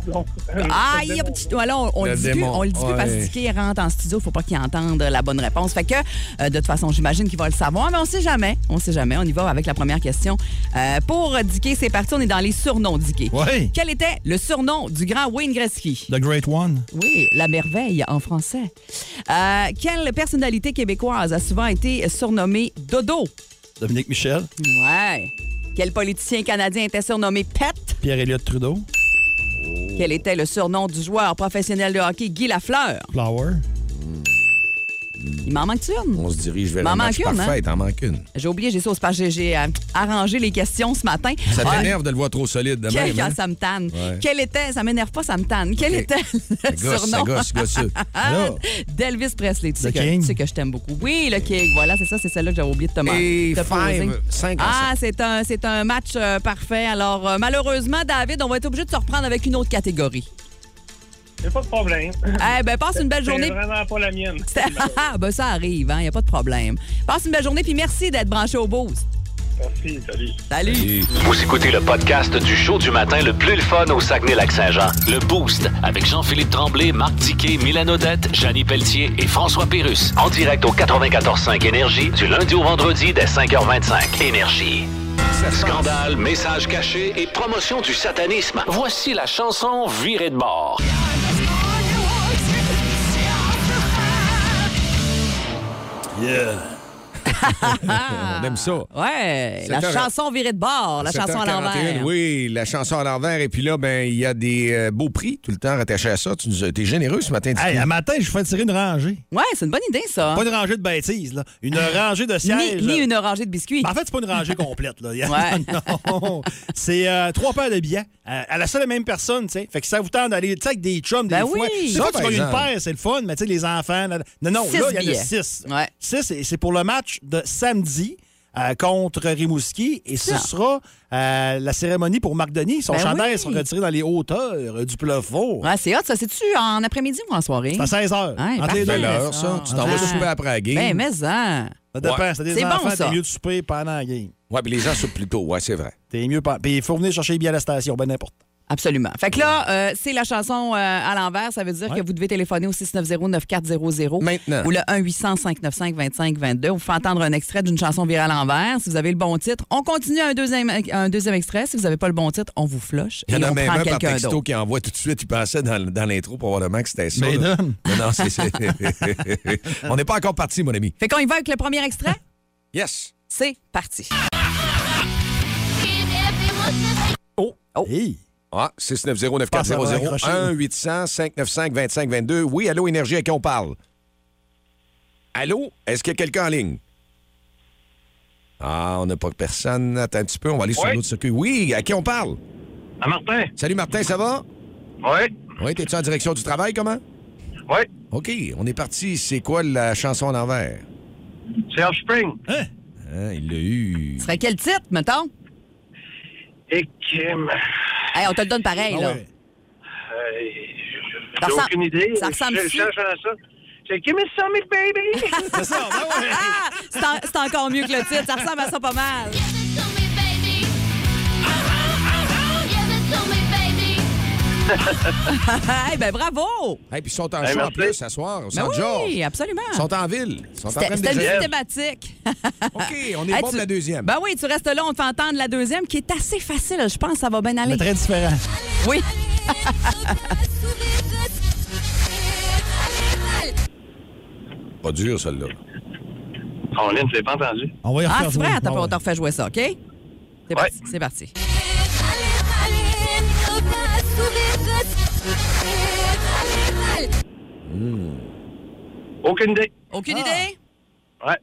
S5: Ah, il y a petit- ouais, là, on, on
S3: Le
S5: le dit plus,
S3: démon,
S5: on le dit plus parce que
S3: ouais.
S5: Dicky rentre en studio. Faut pas qu'il entende la bonne réponse. Fait que, euh, de toute façon, j'imagine qu'il va le savoir, mais on sait jamais. On sait jamais. On y va avec la première question. Euh, pour Dicky, c'est parti. On est dans les surnoms, Dicky.
S4: Oui.
S5: Quel était le surnom du grand Wayne Gretzky?
S4: The Great One.
S5: Oui, la merveille en français. Euh, quelle personnalité québécoise a souvent été surnommée Dodo?
S4: Dominique Michel.
S5: Ouais. Quel politicien canadien était surnommé Pet?
S4: Pierre-Éliott Trudeau.
S5: Quel était le surnom du joueur professionnel de hockey Guy Lafleur?
S4: Flower.
S5: Il m'en manque une?
S3: On se dirige vers
S5: M'en
S3: le match
S5: manque une, hein?
S3: parfait. T'en manques une.
S5: J'ai oublié, j'ai ça, c'est parce que j'ai- j'ai euh, arrangé les questions ce matin.
S3: Ça
S5: Ah,
S3: t'énerve de le voir trop solide de
S5: quel-
S3: même, hein?
S5: ça me tanne.
S3: Ouais.
S5: Quel était, ça m'énerve pas, ça me tanne. Quel
S3: Ok.
S5: était le
S3: Gosse, ça
S5: surnom
S3: gosse, gosseux.
S5: ah,
S4: Là.
S5: d'Elvis Presley? Tu sais,
S4: Le
S5: que,
S4: King.
S5: tu sais que je t'aime beaucoup. Oui, le King, voilà, c'est ça, c'est celle-là que j'avais oublié de te
S3: Et
S5: te poser.
S3: five, cinq
S5: Ah,
S3: ensemble.
S5: c'est un, c'est un match euh, parfait. Alors, euh, malheureusement, David, on va être obligé de se reprendre avec une autre catégorie.
S9: Y'a pas de problème.
S5: Eh ben, passe une belle
S9: C'est
S5: journée.
S9: vraiment pas la mienne.
S5: Ah, ben, ça arrive, hein, y a pas de problème. Passe une belle journée, puis merci d'être branché au boost.
S9: Merci, salut.
S5: Salut.
S3: Et-
S2: Vous écoutez le podcast du show du matin le plus le fun au Saguenay-Lac-Saint-Jean. Le Boost avec Jean-Philippe Tremblay, Marc Tiquet, Milan Odette, Janine Pelletier et François Pérus. En direct au 94.5 Énergie du lundi au vendredi dès 5h25. Énergie.
S5: Ah,
S2: Scandale, message caché et promotion du satanisme. Voici la chanson Virée de bord.
S3: On aime ça.
S5: Ouais,
S3: Sept
S5: la
S3: heures-
S5: chanson virée de bord, la chanson à
S3: 7h41,
S5: l'envers.
S3: Oui, la chanson à l'envers. Et puis là, ben, il y a des euh, beaux prix tout le temps rattachés à ça. Tu nous as été généreux ce matin.
S4: Hey,
S3: Dicky.
S4: un matin, je fais tirer une rangée.
S5: Ouais, c'est une bonne idée, ça.
S4: Pas une rangée de bêtises, là. Une rangée de sièges.
S5: Ah. Ni, ni
S4: là.
S5: une orangée de biscuits.
S4: Ben, en fait, c'est pas une rangée complète. Là. Il y a-
S5: Ouais.
S4: non. C'est euh, trois paires de billets euh, à la seule et même personne. tu sais. Fait que ça vous tente d'aller tu sais, avec des chums
S5: Ben
S4: des fois.
S5: oui.
S4: Des
S5: Ça,
S4: fois,
S3: par
S4: tu gagnes une
S3: exemple.
S4: paire, c'est le fun, mais tu sais, les enfants. là- non, non,
S5: Six
S4: là, il y en
S5: billets.
S4: a six.
S5: Ouais.
S4: Six, et c'est pour le match de samedi. euh, contre Rimouski, et ce
S5: Ça.
S4: sera euh, la cérémonie pour Marc Denis. Son
S5: Ben
S4: chandail
S5: oui.
S4: sera retiré dans les hauteurs euh, du plafond.
S5: Ouais, c'est hot, ça. C'est-tu en après-midi ou en soirée?
S4: C'est à 16 h
S5: Ouais,
S4: entre les
S5: parfait.
S4: deux.
S3: Belle heure, ça.
S5: ça.
S3: Tu t'en vas
S5: Ah.
S3: souper après la game.
S5: Ben, mais ça.
S4: Ça dépend.
S3: Ouais.
S4: Si t'as des
S5: C'est bon,
S4: enfants,
S5: ça.
S4: t'es mieux de souper pendant la game.
S3: Ouais, puis les gens soupent plus tôt. Ouais, c'est vrai.
S4: T'es mieux pas. Puis il faut venir chercher les billets à la station, ben n'importe.
S5: Absolument. Fait que là, euh, c'est la chanson euh, à l'envers. Ça veut dire
S4: Ouais.
S5: que vous devez téléphoner au 690-9400.
S3: Maintenant.
S5: Ou le 1-800-595-2522. On vous fait entendre un extrait d'une chanson virée à l'envers. Si vous avez le bon titre, on continue un deuxième, un deuxième extrait. Si vous n'avez pas le bon titre, on vous flush
S3: Il
S5: et
S3: y en a
S5: on
S3: même
S5: prend
S3: un par
S5: quelqu'un
S3: texto
S5: d'autre.
S3: qui envoie tout de suite. Il pensait dans, dans l'intro probablement que c'était ça.
S4: Mais Ben
S3: là.
S4: donne.
S3: Non, non, c'est. c'est- On n'est pas encore parti, mon ami.
S5: Fait qu'on y va avec le premier extrait.
S3: Yes.
S5: C'est parti.
S4: Oh!
S5: Oh.
S4: Hey.
S3: Ah, 690 9400 1 800 595 2522 Oui, allô, Énergie, à qui on parle? Allô? Est-ce qu'il y a quelqu'un en ligne? Ah, on n'a pas personne. Attends un petit peu, on va aller sur
S9: Ouais.
S3: un autre circuit. Oui, à qui on parle?
S9: À Martin?
S3: Salut Martin, ça va?
S9: Oui.
S3: Oui, t'es-tu en direction du travail, comment?
S9: Oui.
S3: OK, on est parti. C'est quoi la chanson à l'envers?
S9: C'est Offspring.
S3: Hein, il l'a eu.
S5: Ce serait quel titre, mettons?
S9: Et Kim.
S5: Hey, on te le donne pareil,
S4: Ah
S5: là.
S4: ouais.
S5: Ça
S9: Euh, J'ai
S5: ressemble-
S9: aucune idée.
S5: ça ressemble
S9: Je
S5: si.
S9: cherche à ça. C'est Give me some, it, baby.
S4: C'est ça, ben ouais.
S5: Ah! C'est en- c'est encore mieux que le titre. Ça ressemble à ça pas mal. Hey, ben bravo!
S3: Hey, puis ils sont en
S9: Hey,
S3: show en
S9: merci.
S3: plus ce soir,
S5: Ben
S3: au centre
S5: oui,
S3: Georges.
S5: absolument.
S3: Ils sont en ville. Ils sont en train
S5: C'était
S3: de
S5: c'était une
S3: déjeuner.
S5: petite thématique.
S3: OK, on est
S5: Hey,
S3: bon
S5: tu-
S3: pour la deuxième.
S5: Ben oui, tu restes là, on te fait entendre la deuxième qui est assez facile. Je pense que ça va bien aller.
S4: Mais très différent.
S5: Oui.
S3: Pas dur, celle-là.
S9: On Oh, je l'ai pas entendu.
S4: On va y
S5: Ah,
S4: refaire
S5: c'est vrai?
S4: jouer.
S5: Attends,
S4: Ah
S5: on
S4: ouais.
S5: te refait jouer ça, OK? C'est parti. C'est parti.
S9: Aucune idée.
S3: Ah.
S5: Aucune idée?
S9: Ouais.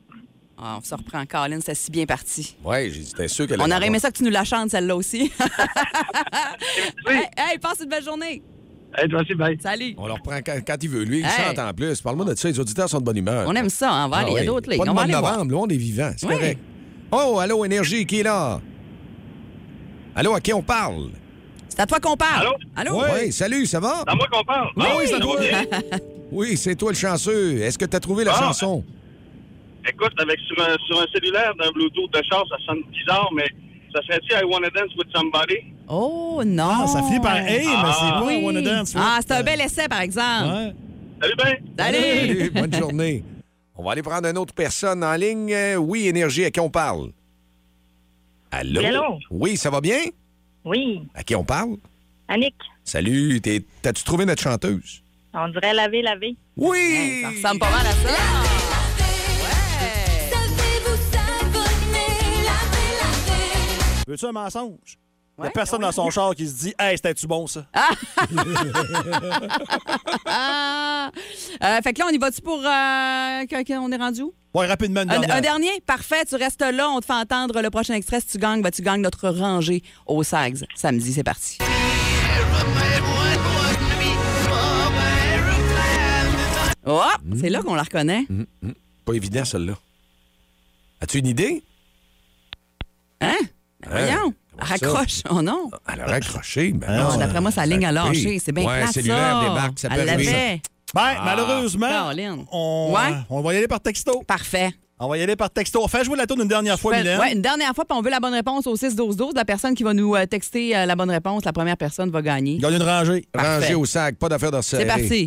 S5: Ah, on se reprend. Colin, c'est si bien parti.
S3: Oui, j'étais sûr qu'elle
S5: On
S3: allait
S5: aurait aimé
S3: l'avoir.
S5: ça que tu nous la chantes, celle-là aussi.
S9: Oui.
S5: hey, hey, passe une belle journée.
S9: Hey, toi aussi, bye.
S5: Salut.
S3: On le reprend quand, quand il veut. Lui, il
S5: Hey.
S3: chante en plus. Parle-moi de ça. Les auditeurs sont de bonne humeur.
S5: On aime ça, hein? on va
S3: Ah
S5: aller. Il y a
S3: oui.
S5: d'autres
S3: Pas
S5: ligues.
S3: de
S5: On va
S3: mois de
S5: aller voir.
S3: novembre. Là, on est vivant. C'est
S5: Oui.
S3: correct. Oh, allô, Énergie, qui est là? Allô, à qui on parle?
S5: C'est à toi qu'on parle.
S9: Allô?
S5: Allô?
S3: Oui, salut, ça va?
S9: C'est à moi qu'on parle.
S3: Ah oui, c'est à
S9: ça
S3: toi.
S9: va bien.
S3: Oui, c'est toi le chanceux. Est-ce que t'as trouvé la
S9: Ah.
S3: chanson?
S9: Écoute, avec sur un, sur un cellulaire d'un Bluetooth de char, ça sonne bizarre, mais ça serait-tu I Wanna Dance with Somebody?
S5: Oh non.
S4: Ah, ça finit par Hey, mais c'est
S9: Ah.
S4: pas
S5: Oui.
S4: Wanna Dance.
S5: Ah, c'est un bel essai, par exemple.
S4: Ouais.
S9: Salut, Ben!
S5: Allez!
S3: Salut, bonne journée. On va aller prendre une autre personne en ligne. Euh, Oui, Énergie, à qui on parle? Allô?
S10: Oui, allô?
S3: Oui, ça va bien?
S10: Oui,
S3: À qui on parle?
S10: Annick,
S3: Salut, t'es- t'as-tu trouvé notre chanteuse?
S10: on dirait laver, laver.
S3: Oui!
S5: Ça ressemble pas mal à ça.
S4: Veux-tu un mensonge? Il n'y
S5: Ouais,
S4: a personne dans son char qui se dit Hey, c'était-tu bon ça?
S5: Ah! Euh, fait que là, on y va-tu pour. euh, que- que- on est rendu où?
S4: Ouais, rapidement, une
S5: Un,
S4: dernière.
S5: un dernier? Parfait, tu restes là, on te fait entendre le prochain extrait. Si tu gagnes, ben, tu gagnes notre rangée au SAGS. Samedi, c'est parti. Oh!
S3: Hmm.
S5: C'est là qu'on la reconnaît.
S3: Pas évident, celle-là. As-tu une idée?
S5: Hein?
S3: Hein?
S5: Voyons!
S3: Comment ça?
S5: Raccroche, oh non!
S3: Elle a raccroché. Ben
S4: Ah,
S3: non,
S5: Ah, D'après moi, sa ligne a
S3: ça pire.
S5: lâché. C'est bien
S3: Ouais,
S5: plate, ça.
S3: cellulaire débarque, ça peut
S5: Elle
S3: arriver.
S5: l'avait.
S4: Ben, malheureusement,
S5: Caroline.
S4: on,
S5: Ouais.
S4: on va y aller par texto.
S5: Parfait.
S4: On va y aller par texto. Fais jouer la tourne une dernière fois, Mylène.
S5: Ouais, une dernière fois, puis on veut la bonne réponse au 6-12-12. La personne qui va nous euh, texter euh, la bonne réponse, la première personne va gagner.
S4: Gagne une rangée.
S3: Rangé au sac, pas d'affaire de
S5: C'est parti.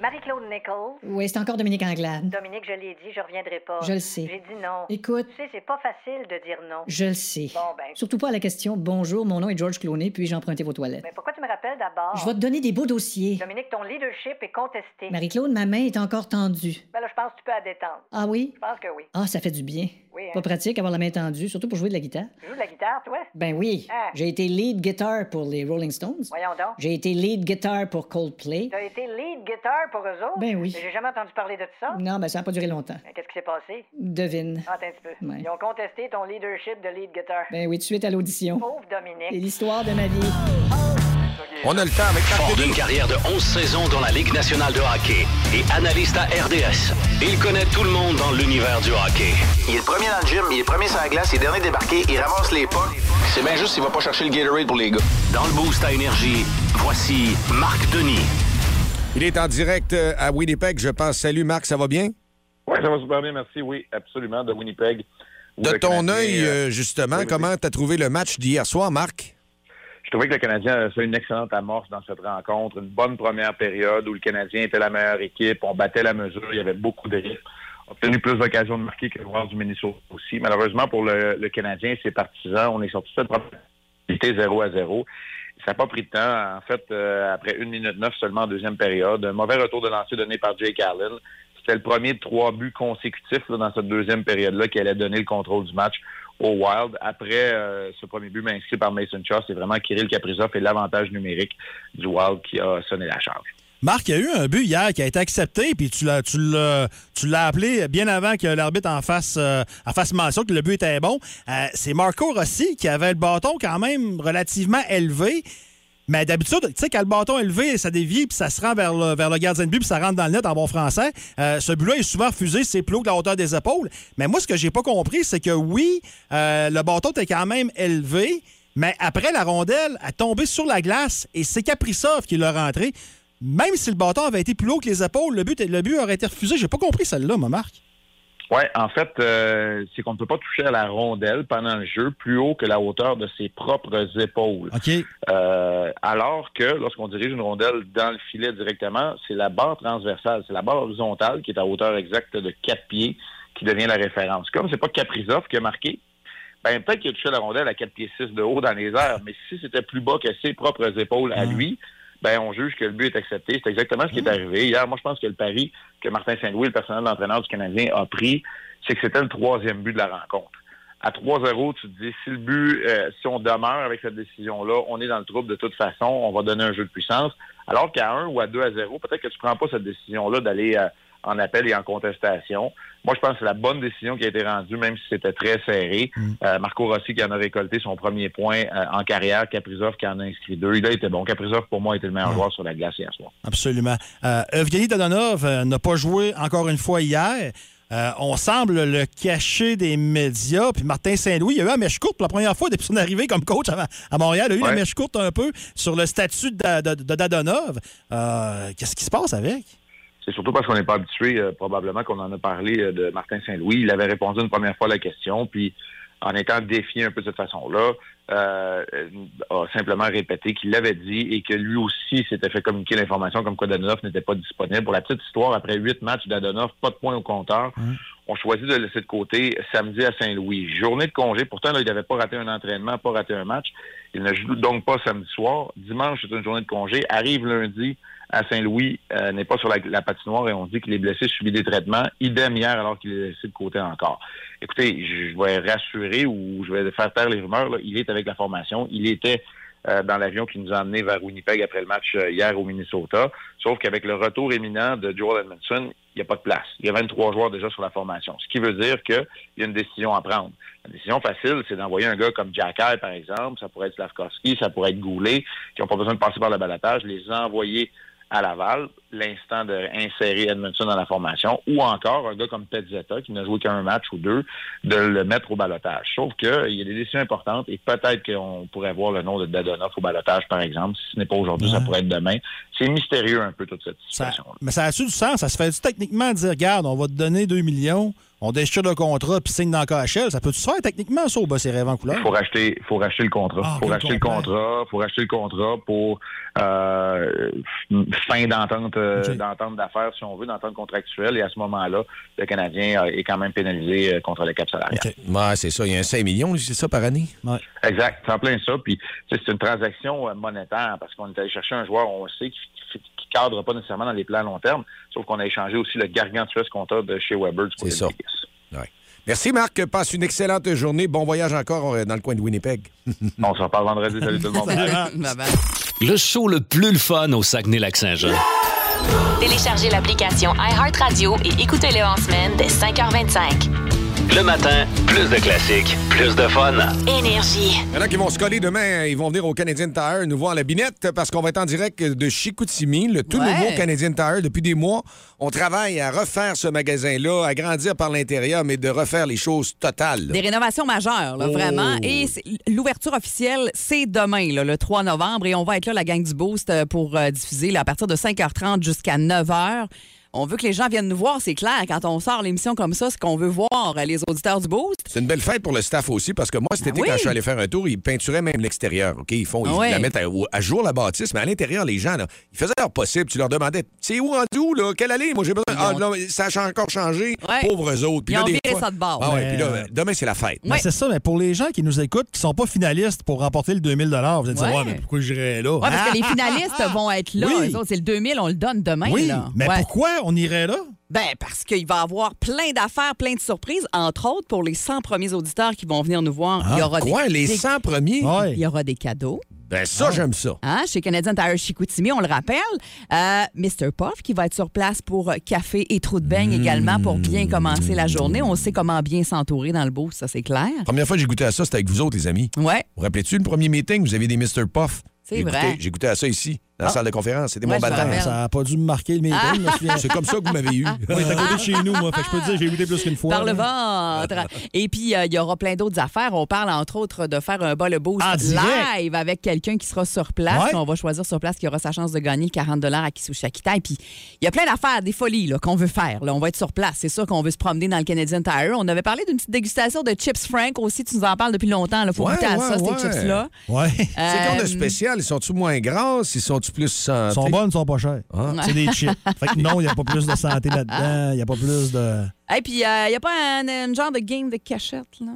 S11: Marie-Claude Nichols.
S10: Oui, c'est encore Dominique Anglade.
S11: Dominique, je l'ai dit, je reviendrai pas.
S10: Je le sais.
S11: J'ai dit non.
S10: Écoute,
S11: Tu sais, c'est pas facile de dire non.
S10: je le sais.
S11: Bon, ben.
S10: Surtout pas à la question Bonjour, mon nom est George Clooney, puis j'ai emprunté vos toilettes.
S11: Mais pourquoi tu me rappelles d'abord?
S10: Je vais te donner des beaux dossiers.
S11: Dominique, ton leadership est contesté.
S10: Marie-Claude, ma main est encore tendue.
S11: Ben là, je pense que tu peux la détendre.
S10: Ah oui?
S11: Je pense que oui.
S10: Ah, ça fait du bien.
S11: Oui, hein.
S10: Pas pratique avoir la main tendue, surtout pour jouer de la guitare.
S11: Tu joues de la guitare, toi?
S10: Ben oui.
S11: Ah.
S10: J'ai été lead guitar pour les Rolling Stones.
S11: Voyons donc.
S10: J'ai été lead guitar pour Coldplay.
S11: T'as été lead guitar pour eux autres?
S10: Ben oui.
S11: Mais J'ai jamais entendu parler de ça.
S10: Non, ben ça n'a pas duré longtemps.
S11: Mais Qu'est-ce qui s'est passé?
S10: Devine.
S11: Attends un petit peu.
S10: Ouais.
S11: Ils ont contesté ton leadership de lead guitar.
S10: Ben oui, tout de suite à l'audition.
S11: Pauvre Dominique.
S10: C'est l'histoire de ma vie.
S3: On a le temps avec
S2: Fort
S3: Marc
S2: d'une carrière de 11 saisons dans la Ligue nationale de hockey et analyste à RDS, il connaît tout le monde dans l'univers du hockey.
S12: Il est le premier dans le gym, il est le premier sur la glace, il est dernier débarqué, il ramasse les pas. C'est bien juste s'il va pas chercher le Gatorade pour les gars.
S2: Dans le Boost à Énergie, voici Marc Denis.
S3: Il est en direct euh, à Winnipeg, je pense. Salut Marc, ça va bien?
S9: Oui, ça va super bien, merci. Oui, absolument, de Winnipeg.
S3: De ton œil,
S9: euh,
S3: euh,
S9: oui,
S3: justement,
S9: vas-y.
S3: comment t'as trouvé le match d'hier soir, Marc?
S9: Je trouvais que le Canadien a fait une excellente amorce dans cette rencontre. Une bonne première période où le Canadien était la meilleure équipe. On battait la mesure. Il y avait beaucoup de rythme. On a obtenu plus d'occasions de marquer que le joueur du Minnesota aussi. Malheureusement, pour le, le Canadien, ses partisans, on est sorti de cette première était 0 à 0. Ça n'a pas pris de temps. En fait, euh, après une minute neuf seulement en deuxième période, un mauvais retour de lancer donné par Jake Allen. C'était le premier de trois buts consécutifs là, dans cette deuxième période-là qui allait donner le contrôle du match au Wild. Après euh, ce premier but inscrit par Mason Choss, c'est vraiment Kirill Kaprizov et l'avantage numérique du Wild qui a sonné la charge.
S4: Marc, il y a eu un but hier qui a été accepté, puis tu l'as, tu l'as, tu l'as appelé bien avant que l'arbitre en fasse, euh, en fasse mention que le but était bon. Euh, c'est Marco Rossi qui avait le bâton quand même relativement élevé. Mais d'habitude, tu sais, quand le bâton est élevé, ça dévie, puis ça se rend vers le, vers le gardien de but, puis ça rentre dans le net en bon français. Euh, ce but-là est souvent refusé, c'est plus haut que la hauteur des épaules. Mais moi, ce que j'ai pas compris, c'est que oui, euh, le bâton était quand même élevé, mais après, la rondelle a tombé sur la glace, et c'est Kaprizov qui l'a rentré. Même si le bâton avait été plus haut que les épaules, le but, le but aurait été refusé. J'ai pas compris celle-là, ma Marc.
S9: Oui, en fait, euh, c'est qu'on ne peut pas toucher à la rondelle pendant le jeu plus haut que la hauteur de ses propres épaules.
S4: OK.
S9: Euh, alors que lorsqu'on dirige une rondelle dans le filet directement, c'est la barre transversale, c'est la barre horizontale qui est à hauteur exacte de quatre pieds qui devient la référence. Comme c'est pas Kaprizov qui a marqué, ben peut-être qu'il a touché la rondelle à quatre pieds six de haut dans les airs, mais si c'était plus bas que ses propres épaules à
S4: Ah.
S9: lui, ben on juge que le but est accepté. C'est exactement ce qui est arrivé. Hier, moi je pense que le pari que Martin Saint-Louis, le personnel d'entraîneur du Canadien, a pris, c'est que c'était le troisième but de la rencontre à 3-0, tu te dis, si le but, euh, si on demeure avec cette décision-là, on est dans le trouble de toute façon, on va donner un jeu de puissance. Alors qu'à 1 ou à 2 à 0, peut-être que tu prends pas cette décision-là d'aller euh, en appel et en contestation. Moi, je pense que c'est la bonne décision qui a été rendue, même si c'était très serré. Euh, Marco Rossi qui en a récolté son premier point euh, en carrière, Kaprizov qui en a inscrit deux. Là, il était bon. Kaprizov, pour moi, était le meilleur joueur sur la glace hier soir.
S4: Absolument. Euh, Evgeny Dodonov euh, n'a pas joué encore une fois hier. Euh, on semble le cacher des médias. Puis Martin Saint-Louis, il a eu la mèche courte pour la première fois depuis son arrivée comme coach à, à Montréal. Il a eu la mèche courte un peu sur le statut de, de, de Dadonov. Euh, Qu'est-ce qui se passe avec?
S9: C'est surtout parce qu'on n'est pas habitué, euh, probablement, qu'on en a parlé euh, de Martin Saint-Louis. Il avait répondu une première fois à la question, puis en étant défié un peu de cette façon-là, euh, euh, a simplement répété qu'il l'avait dit et que lui aussi s'était fait communiquer l'information comme quoi Danoff n'était pas disponible. Pour la petite histoire, après huit matchs d'Adanoff, pas de points au compteur. On choisit de le laisser de côté samedi à Saint-Louis. Journée de congé. Pourtant, là, il n'avait pas raté un entraînement, pas raté un match. Il ne joue donc pas samedi soir. Dimanche, c'est une journée de congé. Arrive lundi à Saint-Louis, euh, n'est pas sur la, la patinoire et on dit qu'il est blessé, subit des traitements. Idem hier, alors qu'il est laissé de côté encore. Écoutez, je je vais rassurer ou je vais faire taire les rumeurs. là. Il est avec la formation. Il était euh, dans l'avion qui nous a emmenés vers Winnipeg après le match euh, hier au Minnesota. Sauf qu'avec le retour imminent de Joel Edmondson, il n'y a pas de place. Il y a 23 joueurs déjà sur la formation. Ce qui veut dire qu'il y a une décision à prendre. La décision facile, c'est d'envoyer un gars comme Jacky, par exemple. Ça pourrait être Slavkovski, ça pourrait être Goulet, qui n'ont pas besoin de passer par le balatage. Les envoyer à Laval, l'instant d'insérer Edmondson dans la formation, ou encore un gars comme Pezzetta, qui n'a joué qu'un match ou deux, de le mettre au balotage. Sauf qu'il y a des décisions importantes et peut-être qu'on pourrait voir le nom de Dadonoff au balotage, par exemple. Si ce n'est pas aujourd'hui, ça pourrait être demain. C'est mystérieux un peu toute cette
S4: Ça-
S9: situation.
S4: mais ça a-tu du sens? Ça se fait-tu techniquement dire, regarde, on va te donner 2 millions, on déchire le contrat, puis signe dans le KHL? Ça peut-tu se faire techniquement, ça, au boss et rêve en couleur?
S9: Il faut racheter, faut racheter le contrat.
S4: Ah,
S9: faut
S4: que
S9: racheter le contrat. Faut racheter le contrat pour euh, fin d'entente, euh,
S4: Ok.
S9: d'entente d'affaires, si on veut, d'entente contractuelle. Et à ce moment-là, le Canadien euh, est quand même pénalisé euh, contre le cap salarial.
S3: Ouais, c'est ça. Il y a un 5 millions, c'est ça, par année?
S9: Exact, c'est en plein ça. Puis, tu sais, c'est une transaction euh, monétaire parce qu'on est allé chercher un joueur, on le sait, qui, qui- qui cadre pas nécessairement dans les plans à long terme, sauf qu'on a échangé aussi le gargantuesque compteur de chez Weber du côté
S3: C'est ça.
S9: de Vegas.
S3: Ouais. Merci, Marc. Passe une excellente journée. Bon voyage encore euh, dans le coin de Winnipeg.
S9: On se reparle vendredi. Salut tout le
S5: Ah,
S9: monde.
S5: euh,
S2: Le show le plus le fun au Saguenay-Lac-Saint-Jean.
S1: Téléchargez l'application iHeartRadio et écoutez-le en semaine dès 5h25.
S2: Le matin, plus de classiques, plus de fun.
S1: Énergie.
S3: Il y en a qui vont se coller demain. hein. Ils vont venir au Canadian Tire nous voir à la binette parce qu'on va être en direct de Chicoutimi, le tout
S5: Ouais.
S3: nouveau Canadian Tire. Depuis des mois, on travaille à refaire ce magasin-là, à grandir par l'intérieur, mais de refaire les choses totales.
S5: Des rénovations majeures, là,
S3: Oh.
S5: vraiment. Et c'est- l'ouverture officielle, c'est demain, là, le 3 novembre. Et on va être là, la gang du Boost, euh, pour euh, diffuser là, à partir de 5h30 jusqu'à 9h. On veut que les gens viennent nous voir, c'est clair. Quand on sort l'émission comme ça, ce qu'on veut voir, euh, les auditeurs du Boost.
S3: C'est une belle fête pour le staff aussi parce que moi, cet été,
S5: Ben oui.
S3: quand je suis allé faire un tour, ils peinturaient même l'extérieur. OK? Ils font, ils
S5: Ah ouais.
S3: la mettent à, au- à jour la bâtisse, mais à l'intérieur, les gens, là, ils faisaient leur possible. Tu leur demandais, c'est où en où, là? Quelle allée? Moi, j'ai besoin. Ah, non, mais ça a encore changé.
S5: Ouais.
S3: Pauvres eux autres. Puis
S5: Ils
S3: là,
S5: ont
S3: des
S5: viré
S3: fois-
S5: ça de bord.
S3: Ah ouais,
S4: Mais,
S3: puis là,
S4: euh,
S3: demain, c'est la fête.
S4: Ben, c'est ça, mais pour les gens qui nous écoutent, qui sont pas finalistes pour remporter le 2000 vous allez dire,
S5: Ouais.
S4: ouais, mais pourquoi j'irais là?
S5: Ouais, parce
S4: Ah!
S5: que les finalistes vont être là.
S4: Oui.
S5: Eux autres, C'est le 2000, on le donne demain.
S4: oui,
S5: là.
S4: mais
S5: Ouais.
S4: pourquoi on irait là?
S5: Ben, parce qu'il va y avoir plein d'affaires, plein de surprises, entre autres pour les 100 premiers auditeurs qui vont venir nous voir. il, y aura des,
S3: Ah, Quoi, les
S5: des-
S3: 100 premiers?
S5: il y aura des cadeaux.
S3: Ben, ça, j'aime ça.
S5: Hein, chez Canadian Tire Chicoutimi, on le rappelle. Euh, Mr. Puff qui va être sur place pour euh, café et trou de beigne également pour bien commencer la journée. On sait comment bien s'entourer dans le beau, ça c'est clair.
S3: Première fois que j'ai goûté à ça, c'était avec vous autres, les amis.
S5: Ouais.
S3: Vous rappelez-tu le premier meeting? Vous aviez des Mr. Puff.
S5: C'est
S3: J'ai goûté-
S5: vrai.
S3: J'ai goûté à ça ici, dans la
S5: Ah.
S3: salle de conférence. C'était
S5: Ouais,
S3: mon
S5: je me
S3: baptême.
S5: rappelle.
S3: Ça-
S4: Ça n'a pas dû me marquer le
S5: Ah!
S4: meeting, je me souviens.
S3: C'est comme ça que vous m'avez eu.
S4: Moi, il est à côté de chez nous, moi, fait que je peux te dire, j'ai goûté plus qu'une fois.
S5: Par le
S4: là.
S5: ventre. Et puis, euh, il y aura plein d'autres affaires. On parle, entre autres, de faire un bol boost
S4: En direct.
S5: live avec quelqu'un qui sera sur place.
S4: Ouais.
S5: On va choisir sur place qui aura sa chance de gagner 40 à Kisushakita. Et puis, il y a plein d'affaires, des folies là, qu'on veut faire. là. On va être sur place. C'est sûr qu'on veut se promener dans le Canadian Tire. On avait parlé d'une petite dégustation de chips Frank aussi. Tu nous en parles depuis longtemps. Il faut
S3: Ouais,
S5: goûter à
S3: ouais,
S5: ça,
S3: ouais.
S5: ces chips-là.
S4: Ouais.
S3: C'est qu'on
S5: Euh,
S3: a spécial. Ils sont-tu moins grasses? Ils sont-tu plus
S4: Ils
S3: santé?
S4: sont bonnes, ils sont pas chères.
S3: Ah.
S4: C'est des chips. Fait que non, il n'y a pas plus de santé là-dedans, il n'y a pas plus de.
S5: Et puis, euh, il n'y a pas un, un genre de game de cachette, là?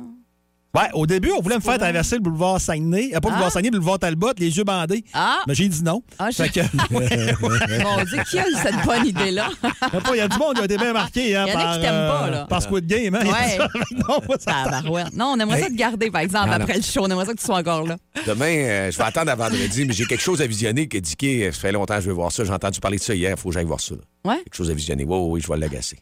S4: Ouais, au début, on voulait me faire traverser le boulevard Saguenay. Euh, Pas le
S5: Ah.
S4: boulevard Saguenay, le boulevard Talbot, les yeux bandés.
S5: Ah!
S4: Mais j'ai dit non.
S5: Ah, je-
S4: Fait que-
S5: Mon Dieu, qui a eu cette bonne idée-là?
S4: Il y a pas- il y a du monde qui a été bien marqué hein,
S5: Il y en a
S4: par,
S5: qui t'aiment pas, là.
S4: par Squid Game. Hein, Il y a
S5: Ouais.
S4: ça. non, moi, ça-
S5: Tabarouette. Non, on aimerait ça te garder, par exemple,
S3: Ah, non.
S5: après le show. On aimerait ça que tu sois encore là.
S3: Demain, euh, je vais attendre à vendredi, mais j'ai quelque chose à visionner que Dicky, euh, ça fait longtemps que je veux voir ça. J'ai entendu parler de ça hier, il faut que j'aille voir ça. là.
S5: Ouais?
S3: Quelque chose à visionner. Oui, oui, oui, je vais l'agacer.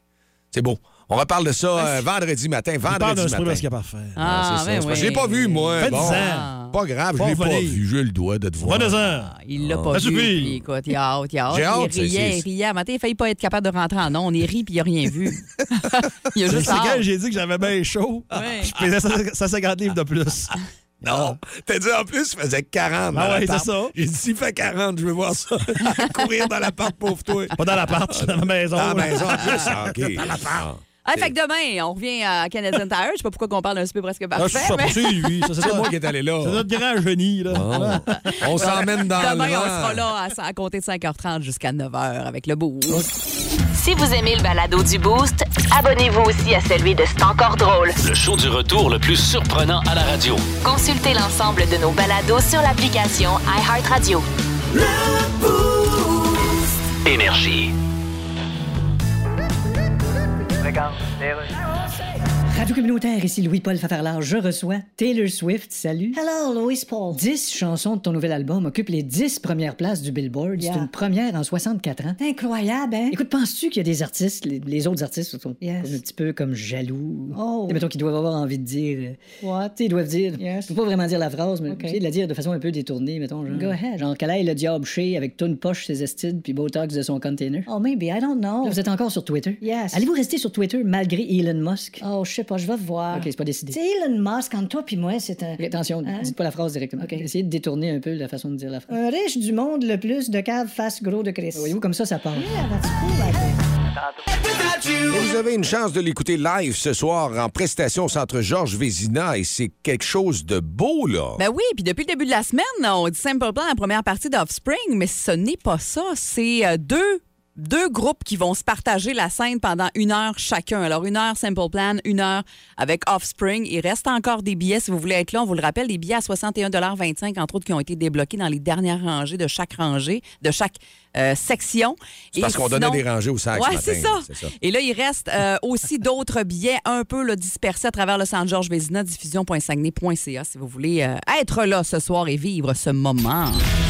S3: C'est beau. On reparle de ça euh, vendredi matin.
S4: parle
S3: Vendredi
S4: d'un
S3: matin.
S4: sprint parce qu'il est parfait.
S5: Ah,
S3: c'est ça,
S5: ben
S3: c'est parce que
S5: oui.
S3: Je l'ai pas vu, moi.
S4: Faites-en.
S3: Bon, Pas grave, je
S4: Pas
S3: l'ai pas
S4: venir.
S3: vu. J'ai le doigt de te voir.
S4: Prenez-en.
S5: Il l'a
S3: Ah.
S5: pas
S4: Ah,
S5: vu.
S4: suffit.
S5: Puis, écoute, il a hâte, il a hâte.
S3: J'ai
S5: il
S3: hâte, c'est-
S5: riait,
S3: c'est-
S5: il riait. À matin, il a failli pas être capable de rentrer en ondes. Il rit, puis il a rien vu. il a
S4: C'est
S5: juste hâte.
S4: quand j'ai dit que j'avais bien chaud.
S5: Ouais.
S4: Je pesais 150 livres de plus.
S3: Non. T'as dit en plus, je faisais 40.
S4: Ah
S3: dans
S4: ouais,
S3: l'appart.
S4: c'est ça.
S3: J'ai dit, s'il fait 40, je veux voir ça. Courir dans l'appart, pauvre toi.
S4: Pas dans l'appart, dans la maison.
S3: Dans la
S4: là.
S3: maison, en plus. Ah, OK. Dans l'appart.
S5: Ah, fait que demain, on revient à Canadian Tire. Je sais pas pourquoi qu'on parle d'un super presque
S4: Ah,
S5: parfait.
S4: je suis ça,
S5: Ben, mais
S4: c'est lui. ça, C'est
S3: C'est
S4: ça.
S3: moi qui est allé là.
S4: C'est notre grand génie. Là.
S3: Bon. On s'emmène dans
S5: demain,
S3: le
S5: on
S3: vent.
S5: sera là à, à compter de 5h30 jusqu'à 9h avec le beau.
S1: Si vous aimez le balado du Boost, abonnez-vous aussi à celui de C'est encore drôle.
S2: Le show du retour le plus surprenant à la radio.
S1: Consultez l'ensemble de nos balados sur l'application iHeartRadio.
S2: Énergie.
S10: Radio communautaire, ici Louis-Paul Fafarlard. Je reçois Taylor Swift. Salut.
S11: Hello, Louis Paul.
S10: 10 chansons de ton nouvel album occupent les 10 premières places du Billboard.
S11: Yeah.
S10: C'est une première en 64 ans.
S11: Incroyable, hein?
S10: Écoute, penses-tu qu'il y a des artistes, les, les autres artistes sont
S11: Yes.
S10: comme un petit peu comme jaloux?
S11: Oh.
S10: Et mettons qu'ils doivent avoir envie de dire... euh,
S11: What?
S10: Tu sais, ils doivent dire...
S11: Yes.
S10: Faut pas vraiment dire la phrase, mais
S11: Ok.
S10: essayer de la dire de façon un peu détournée, mettons. Genre,
S11: Go ahead.
S10: Genre, qu'elle aille le diable chez avec toute une poche ses estides puis Botox de son container.
S11: Oh, maybe, I don't know.
S10: Là, vous êtes encore sur Twitter?
S11: Yes.
S10: Allez-vous rester sur Twitter malgré Elon Musk?
S11: Oh, je sais pas, je vais voir.
S10: OK, c'est pas décidé.
S11: C'est Elon Musk, entre toi puis moi, c'est un...
S10: Ok, attention,
S11: Hein?
S10: dites pas la phrase directement.
S11: Ok.
S10: Essayez de détourner un peu la façon de dire la phrase.
S11: Un riche du monde le plus de caves face gros de Christ.
S10: Voyez-vous, comme ça, ça parle.
S11: Yeah, that's cool, I guess.
S3: Et vous avez une chance de l'écouter live ce soir en prestation au Centre Georges Vézina et c'est quelque chose de beau, là.
S5: Ben oui, puis depuis le début de la semaine, on dit Simple Plan, la première partie d'Offspring, mais ce n'est pas ça. C'est euh, deux, deux groupes qui vont se partager la scène pendant une heure chacun. Alors, une heure Simple Plan, une heure avec Offspring. Il reste encore des billets si vous voulez être là. On vous le rappelle, des billets à 61,25 entre autres, qui ont été débloqués dans les dernières rangées de chaque rangée, de chaque euh, section.
S3: C'est parce
S5: Et
S3: qu'on donnait
S5: sinon-
S3: des rangées au sac ce
S5: Ouais,
S3: matin.
S5: c'est ça.
S3: C'est ça.
S5: Et là, il reste euh, aussi d'autres billets un peu là, dispersés à travers le Saint-Georges Vézina, diffusion.saguenay.ca si vous voulez euh, être là ce soir et vivre ce moment.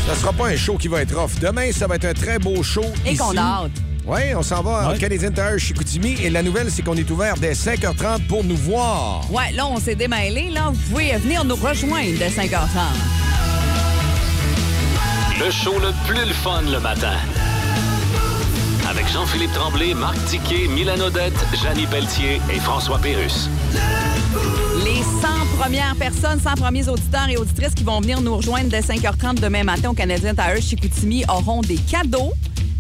S3: Ça sera pas un show qui va être off. Demain, ça va être un très beau show.
S5: Et
S3: ici.
S5: qu'on a hâte.
S3: Oui, on s'en va au
S4: Ouais.
S3: Canadien Tire Chicoutimi. Et la nouvelle, c'est qu'on est ouvert dès 5h30 pour nous voir.
S5: Ouais, là, on s'est démêlé. Là, vous pouvez venir nous rejoindre dès 5h30.
S2: Le show le plus le fun le matin. Avec Jean-Philippe Tremblay, Marc Tiquet, Milan Odette, Janine Pelletier et François Pérus.
S5: Les 100 premières personnes, 100 premiers auditeurs et auditrices qui vont venir nous rejoindre dès 5h30 demain matin au Canadien Tire Chicoutimi auront des cadeaux.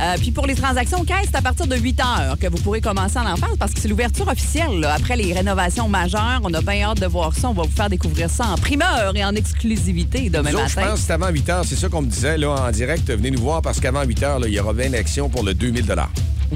S5: Euh, puis pour les transactions caisse, c'est à partir de 8 heures que vous pourrez commencer à en faire parce que c'est l'ouverture officielle. là. Après les rénovations majeures, on a bien hâte de voir ça. On va vous faire découvrir ça en primeur et en exclusivité demain
S3: Nous autres, je
S5: matin.
S3: pense que c'est avant 8 h. C'est ça qu'on me disait là, en direct. Venez nous voir parce qu'avant 8 h, il y aura bien l'action pour le 2000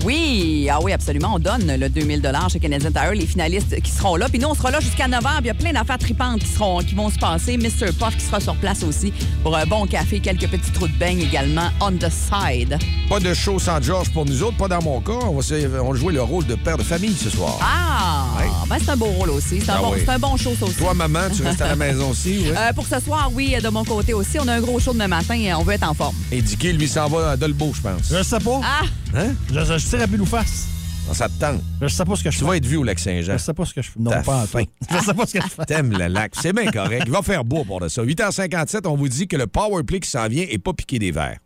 S5: Oui, ah oui, absolument. On donne le 2000 chez Canadian Tire, les finalistes qui seront là. Puis nous, on sera là jusqu'à 9 h. Il y a plein d'affaires tripantes qui, seront, qui vont se passer. Mr. Puff qui sera sur place aussi pour un bon café, quelques petits trous de beigne également on the side.
S3: Pas de show sans Georges pour nous autres, pas dans mon cas. On va, se- on va jouer le rôle de père de famille ce soir.
S5: Ah, ben c'est un beau rôle aussi. C'est un,
S3: Ah
S5: bon,
S3: oui.
S5: c'est un bon show, ça aussi.
S3: Toi, maman, tu restes à la maison aussi, ouais.
S5: Euh, pour ce soir, oui, de mon côté aussi, on a un gros show demain matin. et On veut être en forme.
S3: Et Dicky, lui, s'en va à Dolbeau, je pense.
S4: Je sais pas.
S5: Ah,
S3: Hein?
S4: Je, je, je tire à pile ou face.
S3: Dans sa tente.
S4: Je sais pas ce que je
S3: Tu
S4: fais.
S3: vas être vu au
S4: Je
S3: Lac-Saint-Jean.
S4: sais pas ce que je fais. Non,
S3: T'as
S4: pas en
S3: faim.
S4: fait. Je sais pas ce que je fais.
S3: T'aimes le lac. C'est bien correct. Il va faire beau pour de ça. 8h57, on vous dit que le power play qui s'en vient est pas piqué des verres.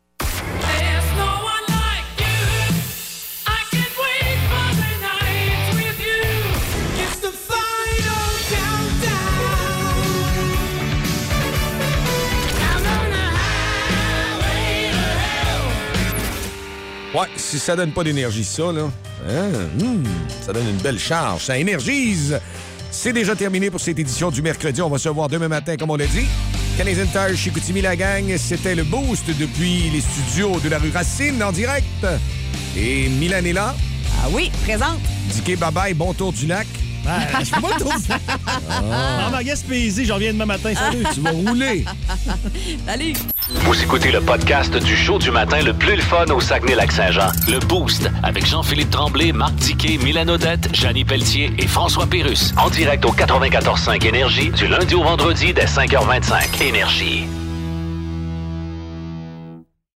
S3: Ouais, si ça donne pas d'énergie, ça, là, hein, hum, ça donne une belle charge. Ça énergise. C'est déjà terminé pour cette édition du mercredi. On va se voir demain matin, comme on l'a dit. Canadian Tire, Chicoutimi, la gang, c'était le boost depuis les studios de la rue Racine en direct. Et Milan est là.
S5: ah oui, présente.
S3: Dicky, bye bye, bon tour du lac.
S4: Ouais, Ben, je peux pas le trouver. En ma Gaspésie, je reviens demain matin. Salut.
S5: Ah.
S3: Tu vas rouler.
S5: Allez.
S2: Vous écoutez le podcast du show du matin le plus le fun au Saguenay-Lac-Saint-Jean. Le Boost avec Jean-Philippe Tremblay, Marc Tiquet, Milan Odette, Janine Pelletier et François Pérus. En direct au 94.5 Énergie du lundi au vendredi dès 5h25. Énergie.